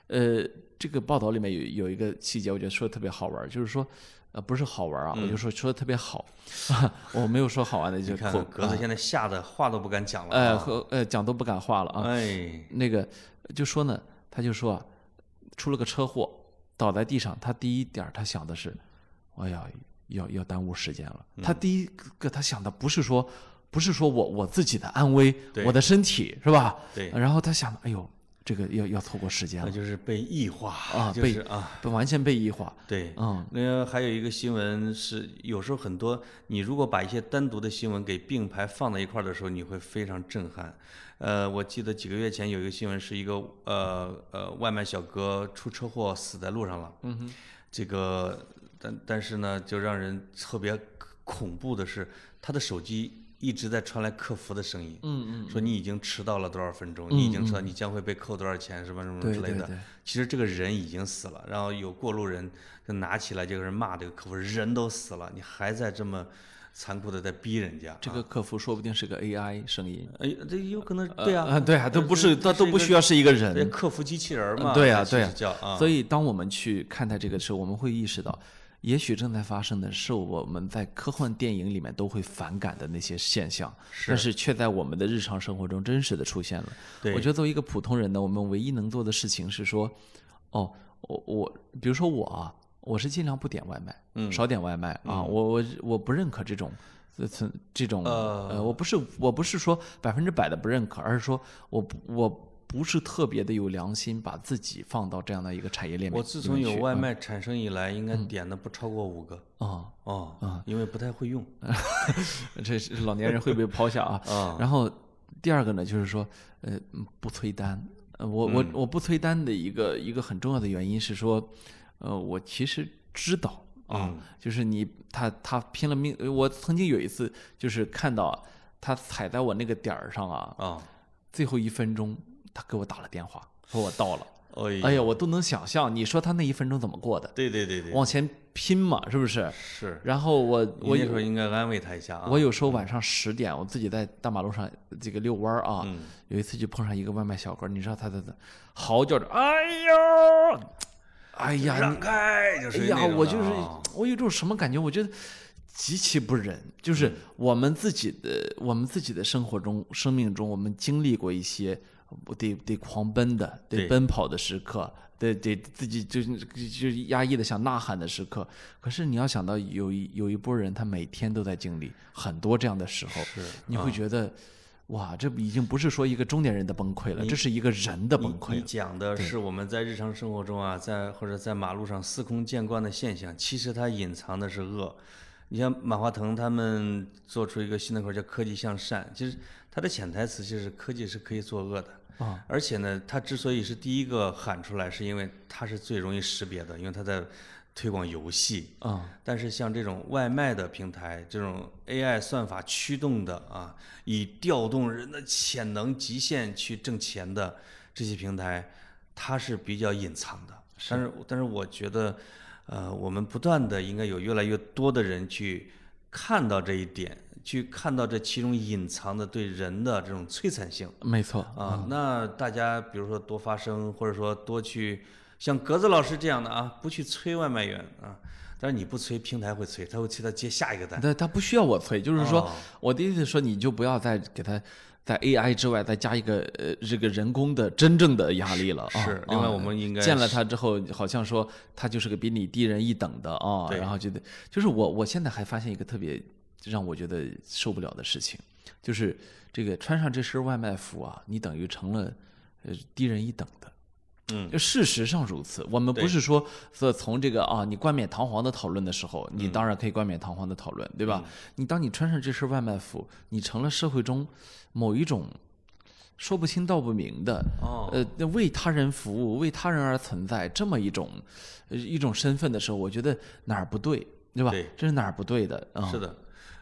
B: 呃，这个报道里面有有一个细节，我觉得说的特别好玩儿，就是说。呃，不是好玩儿啊，我就说说的特别好， 我没有说好玩的，
A: 嗯
B: 就
A: 你看
B: 口
A: 格子现在吓得话都不敢讲了
B: 呃
A: 啊。
B: 和呃讲都不敢话了啊。
A: 哎，
B: 那个就说呢，他就说啊出了个车祸，倒在地上，他第一点儿他想的是，哎呀，要要耽误时间了。
A: 嗯
B: 他第一个他想的不是说，不是说我我自己的安危，
A: 对
B: 我的身体是吧？
A: 对
B: 然后他想，哎呦，这个要要错过时间
A: 那
B: 了，
A: 就是被异化
B: 啊
A: 就是
B: 被
A: 啊，
B: 不完全被异化。
A: 对，
B: 嗯，
A: 那个还有一个新闻是，有时候很多你如果把一些单独的新闻给并排放在一块儿的时候，你会非常震撼。呃，我记得几个月前有一个新闻，是一个呃呃外卖小哥出车祸死在路上了。嗯哼，这个但但是呢，就让人特别恐怖的是，他的手机一直在传来客服的声音。
B: 嗯嗯，
A: 说你已经迟到了多少分钟，你已经迟到，你将会被扣多少钱，什么什么
B: 对
A: 之类
B: 对
A: 的
B: 对。
A: 其实这个人已经死了，然后有过路人就拿起来就人骂这个客服，人都死了，你还在这么残酷的在逼人家。
B: 这个客服说不定是个 AI 声音。
A: 哎，这有可能对啊，
B: 呃对啊，都不是，
A: 这
B: 他都不需
A: 要
B: 要是一个
A: 这
B: 人。
A: 客服机器人儿嘛，
B: 对啊
A: 这
B: 对
A: 其
B: 啊
A: 实叫啊，
B: 所以，当我们去看待这个时候，我们会意识到，也许正在发生的是我们在科幻电影里面都会反感的那些现象，但是却在我们的日常生活中真实的出现了。
A: 对
B: 我觉得作为一个普通人呢，我们唯一能做的事情是说，哦，我我，比如说我啊，我是尽量不点外卖，嗯，少点外卖啊，我我我不认可这种。呃存这种
A: 呃
B: 呃，我不是我不是说百分之百的不认可，而是说我不我不是特别的有良心，把自己放到这样的一个产业链里面
A: 我
B: 去。嗯
A: 自从有外卖产生以来，应该点的不超过五个
B: 啊、
A: 哦，因为不太会用。
B: 这是老年人会被抛下啊。
A: 啊
B: 然后第二个呢，就是说，呃，嗯不催单。呃，我
A: 嗯
B: 我我不催单的一个一个很重要的原因是说，呃，我其实知道啊，
A: 嗯
B: 就是你他他拼了命。呃我曾经有一次就是看到他踩在我那个点儿上啊，
A: 啊，
B: 最后一分钟他给我打了电话，说我到了。
A: 哎呀
B: 哎呀，我都能想象，你说他那一分钟怎么过的？
A: 对对对对，
B: 往前拼嘛，是不是？
A: 是。
B: 然后我
A: 你
B: 我
A: 那时候应该安慰他一下啊。
B: 我有时候晚上十点，我自己在大马路上这个遛弯儿啊，
A: 嗯
B: 有一次就碰上一个外卖小哥，你知道他在那嚎叫着，哎呦，哎呀，
A: 让开，就
B: 哎
A: 是
B: 呀
A: 那，种
B: 我
A: 的
B: 就是
A: 啊
B: 我有一种什么感觉？我觉得极其不忍。
A: 嗯
B: 就是我们自己的，我们自己的生活中、生命中，我们经历过一些得得狂奔的、
A: 对
B: 得奔跑的时刻，得得自己就就压抑的想呐喊的时刻。可是你要想到有一有一波人，他每天都在经历很多这样的时候，你
A: 啊
B: 会觉得。哇，这已经不是说一个中年人的崩溃了，这是一个人的
A: 你
B: 崩溃
A: 你
B: 了。
A: 讲的是我们在日常生活中啊，在或者在马路上司空见惯的现象，其实它隐藏的是恶。你像马化腾他们做出一个新的口号叫“科技向善”，其实它的潜台词就是科技是可以作恶的。
B: 啊
A: 而且呢，它之所以是第一个喊出来，是因为它是最容易识别的，因为它在推广游戏。
B: 啊、
A: 但是像这种外卖的平台，这种 AI 算法驱动的啊，以调动人的潜能极限去挣钱的这些平台，它是比较隐藏的。但是，但是我觉得，呃，我们不断的应该有越来越多的人去看到这一点，去看到这其中隐藏的对人的这种摧残性。
B: 没错
A: 啊，那大家比如说多发声，或者说多去像格子老师这样的啊，不去催外卖员啊。但是你不催，平台会催，他会催他接下一个单。
B: 对，他不需要我催，就是说、
A: 哦
B: 我的意思是说，你就不要再给他在 AI 之外再加一个呃这个人工的真正的压力了啊。
A: 是
B: 啊
A: 另外我们应该
B: 见了他之后，好像说他就是个比你低人一等的啊，
A: 对
B: 然后就得就是我我现在还发现一个特别让我觉得受不了的事情，就是这个穿上这身外卖服啊，你等于成了呃低人一等的。
A: 嗯，
B: 事实上如此。我们不是说说从这个啊，你冠冕堂皇的讨论的时候，
A: 嗯
B: 你当然可以冠冕堂皇的讨论，对吧？你当你穿上这身外卖服，你成了社会中某一种说不清道不明的，
A: 哦
B: 呃，那为他人服务、为他人而存在这么一种呃一种身份的时候，我觉得哪儿不对，对吧？
A: 对
B: 这是哪儿不对的啊？
A: 是的，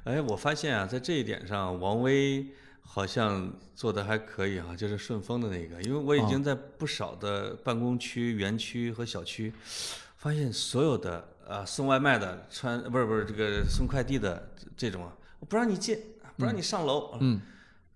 A: 哎，我发现啊，在这一点上，王威好像做的还可以哈、就是顺丰的那个，因为我
B: 哦
A: 已经在不少的办公区、园区和小区，发现所有的啊、送外卖的、穿不是不是这个送快递的这这种啊，不让你进，不让你上楼，嗯，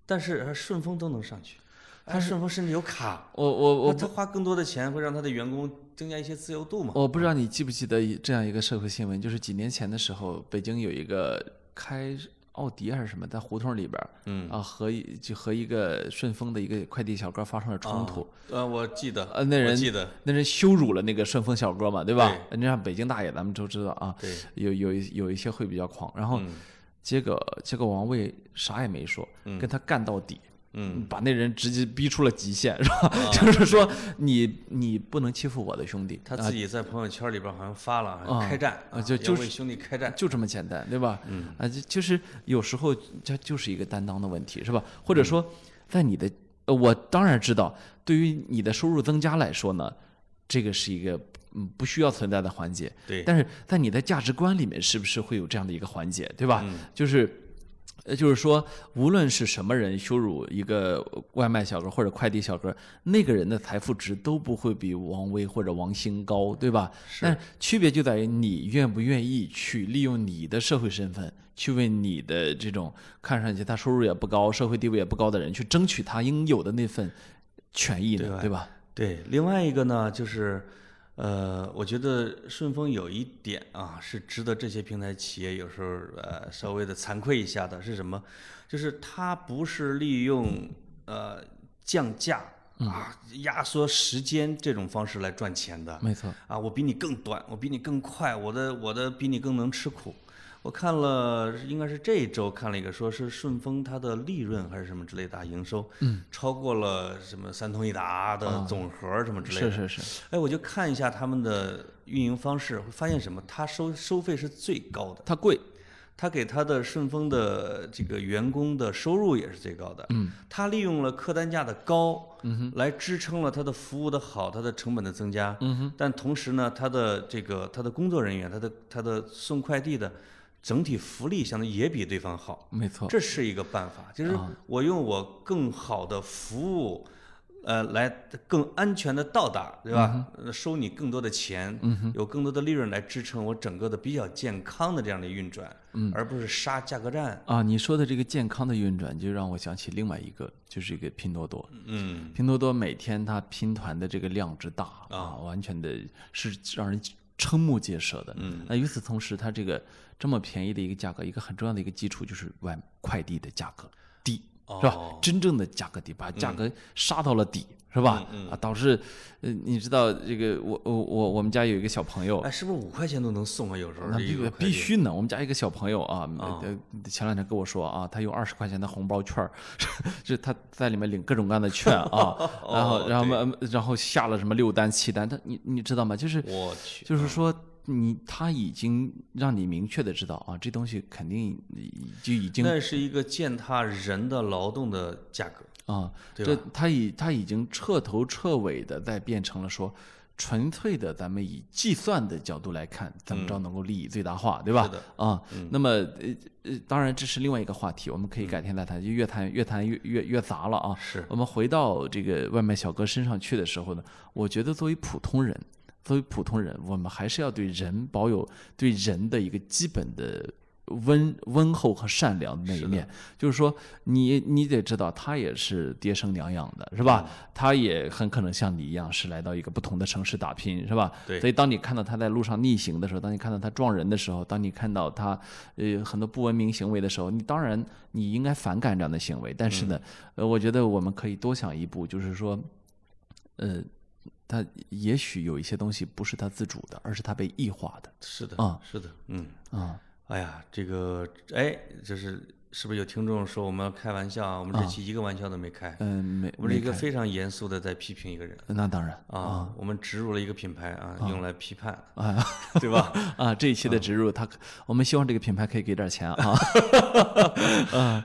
A: 但是啊顺丰都能上去，哎，顺丰甚至有卡，
B: 我我我
A: 那他花更多的钱会让他的员工增加一些自由度嘛？啊
B: 我不知道你记不记得这样一个社会新闻，就是几年前的时候，北京有一个开奥迪还是什么，在胡同里边儿，
A: 嗯
B: 啊，和一就和一个顺丰的一个快递小哥发生了哦冲突，
A: 呃，我记得，
B: 呃那人
A: 我记得，
B: 那人羞辱了那个顺丰小哥嘛，对吧？
A: 对
B: 你看北京大爷，咱们都知道啊，
A: 对，
B: 有有一有一些会比较狂，然后
A: 嗯
B: 结果结果王卫啥也没说，跟他干到底。
A: 嗯，啊
B: 把那人直接逼出了极限，是吧？ 就是说你你不能欺负我的兄弟，
A: 他自己在朋友圈里边好像发了啊开战
B: 啊就就
A: 要为兄弟开战，
B: 就这么简单，对吧？嗯啊，就就是有时候这就是一个担当的问题，是吧？或
A: 嗯
B: 者说，在你的呃我当然知道，对于你的收入增加来说呢，这个是一个嗯不需要存在的环节。
A: 对
B: 但是在你的价值观里面，是不是会有这样的一个环节，对吧？
A: 嗯
B: 就是。呃，就是说，无论是什么人羞辱一个外卖小哥或者快递小哥，那个人的财富值都不会比王威或者王兴高，对吧？
A: 是
B: 但区别就在于你愿不愿意去利用你的社会身份，去为你的这种看上去他收入也不高、社会地位也不高的人，去争取他应有的那份权益呢，对吧？
A: 对，另外一个呢，就是，呃，我觉得顺丰有一点啊，是值得这些平台企业有时候呃稍微的惭愧一下的，是什么？就是它不是利用呃降价啊、压缩时间这种方式来赚钱的，
B: 没错，
A: 啊，我比你更短，我比你更快，我的我的比你更能吃苦。我看了，应该是这一周看了一个，说是顺丰它的利润还是什么之类的啊营收，嗯，超过了什么三通一达的总和儿什么之类的。
B: 啊是是是，
A: 哎，我就看一下他们的运营方式，会发现什么？它收收费是最高的，
B: 他贵，
A: 他给他的顺丰的这个员工的收入也是最高的。嗯，他利用了客单价的高，嗯来支撑了他的服务的好，他的成本的增加。嗯哼，但同时呢，他的这个他的工作人员，他的他的送快递的整体福利相对也比对方好。
B: 没错，
A: 这是一个办法，就是
B: 哦
A: 我用我更好的服务，呃，来更安全的到达，对吧？
B: 嗯
A: 呃收你更多的钱，有更多的利润来支撑我整个的比较健康的这样的运转，
B: 嗯
A: 而不是杀价格战。
B: 啊，你说的这个健康的运转，就让我想起另外一个，就是一个拼多多。
A: 嗯，
B: 拼多多每天它拼团的这个量之大啊，完全的是让人瞠目结舌的。嗯，那与此同时，它这个这么便宜的一个价格，一个很重要的一个基础就是外快递的价格低，是吧？
A: 哦
B: 真正的价格低，把价格杀到了底。是吧？啊，导致，呃，你知道这个，我我我我们家有一个小朋友，
A: 哎，是不是五块钱都能送啊？有时候
B: 那
A: 这一
B: 必
A: 个快
B: 必
A: 递
B: 须呢！我们家一个小朋友啊，呃，前两天跟我说啊，他用二十块钱的红包券儿，就是他在里面领各种各样的券 啊，然
A: 哦
B: 后然后嗯然后下了什么六单七单，他你你知道吗？就是
A: 我去，啊
B: 就是说你他已经让你明确的知道啊，这东西肯定就已经
A: 那是一个践踏人的劳动的价格。
B: 啊，
A: 对
B: 这他已他已经彻头彻尾的在变成了说。纯粹的，咱们以计算的角度来看，怎么
A: 嗯
B: 着能够利益最大化，对吧？
A: 是的
B: 啊，那么呃呃，当然这是另外一个话题，我们可以改天再谈，就越谈越谈越越越杂了啊。
A: 是
B: 我们回到这个外卖小哥身上去的时候呢，我觉得作为普通人，作为普通人，我们还是要对人保有对人的一个基本的。温温厚和善良的那一面，就是说你，你得知道，他也是爹生娘养的，是吧？他也很可能像你一样，是来到一个不同的城市打拼，是吧？
A: 对
B: 所以当你看到他在路上逆行的时候，当你看到他撞人的时候，当你看到他呃很多不文明行为的时候，你当然你应该反感这样的行为，但是
A: 嗯
B: 呢，呃，我觉得我们可以多想一步，就是说，呃，他也许有一些东西不是他自主的，而是他被异化的
A: 是的，
B: 啊
A: 是的，嗯。
B: 啊、
A: 哎呀，这个哎，就是是不是有听众说我们开玩笑啊？我们这期一个玩笑都没开，
B: 嗯，没，
A: 我们是一个非常严肃的在批评一个人
B: 那当然
A: 啊，我们植入了一个品牌啊，用来批判，
B: 啊
A: 对 吧？
B: 啊，这一期的植入，他可我们希望这个品牌可以给点 钱啊，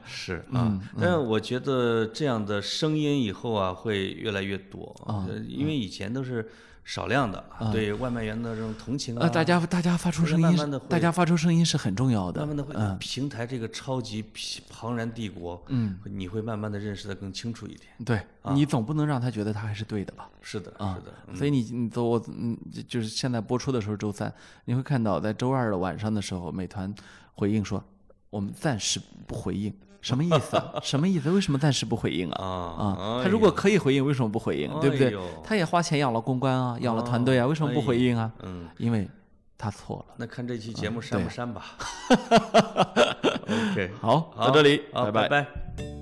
A: 是啊，但我觉得这样的声音以后啊会越来越多啊，呃因为以前都是少量的，对外卖员的这种同情
B: 呃，
A: 啊，
B: 大家大家发出
A: 我觉
B: 声
A: 得
B: 音是，
A: 慢慢地会
B: 大家发出声音是很重要的，
A: 慢慢的会平台这个超级庞然帝国，嗯，你会慢慢的认识的更清楚一点。
B: 对、
A: 啊
B: 你总不能让他觉得他还是对的吧？
A: 是的，是的，
B: 所以你你走我嗯，就就是现在播出的时候，周三你会看到，在周二的晚上的时候，美团回应说我们暂时不回应，什么意思啊？ 什么意思？为什么暂时不回应啊？啊，
A: 啊
B: 他如果可以回应，为什么不回应？对不
A: 哎
B: 对
A: 呦？哦
B: 他也花钱养了公关啊，养了团队啊，为什么不回应啊？
A: 嗯，
B: 因为他错了。嗯
A: 那看这期节目删不删吧。 OK，
B: 好，
A: 好
B: 到这里，
A: 好
B: 拜
A: 拜。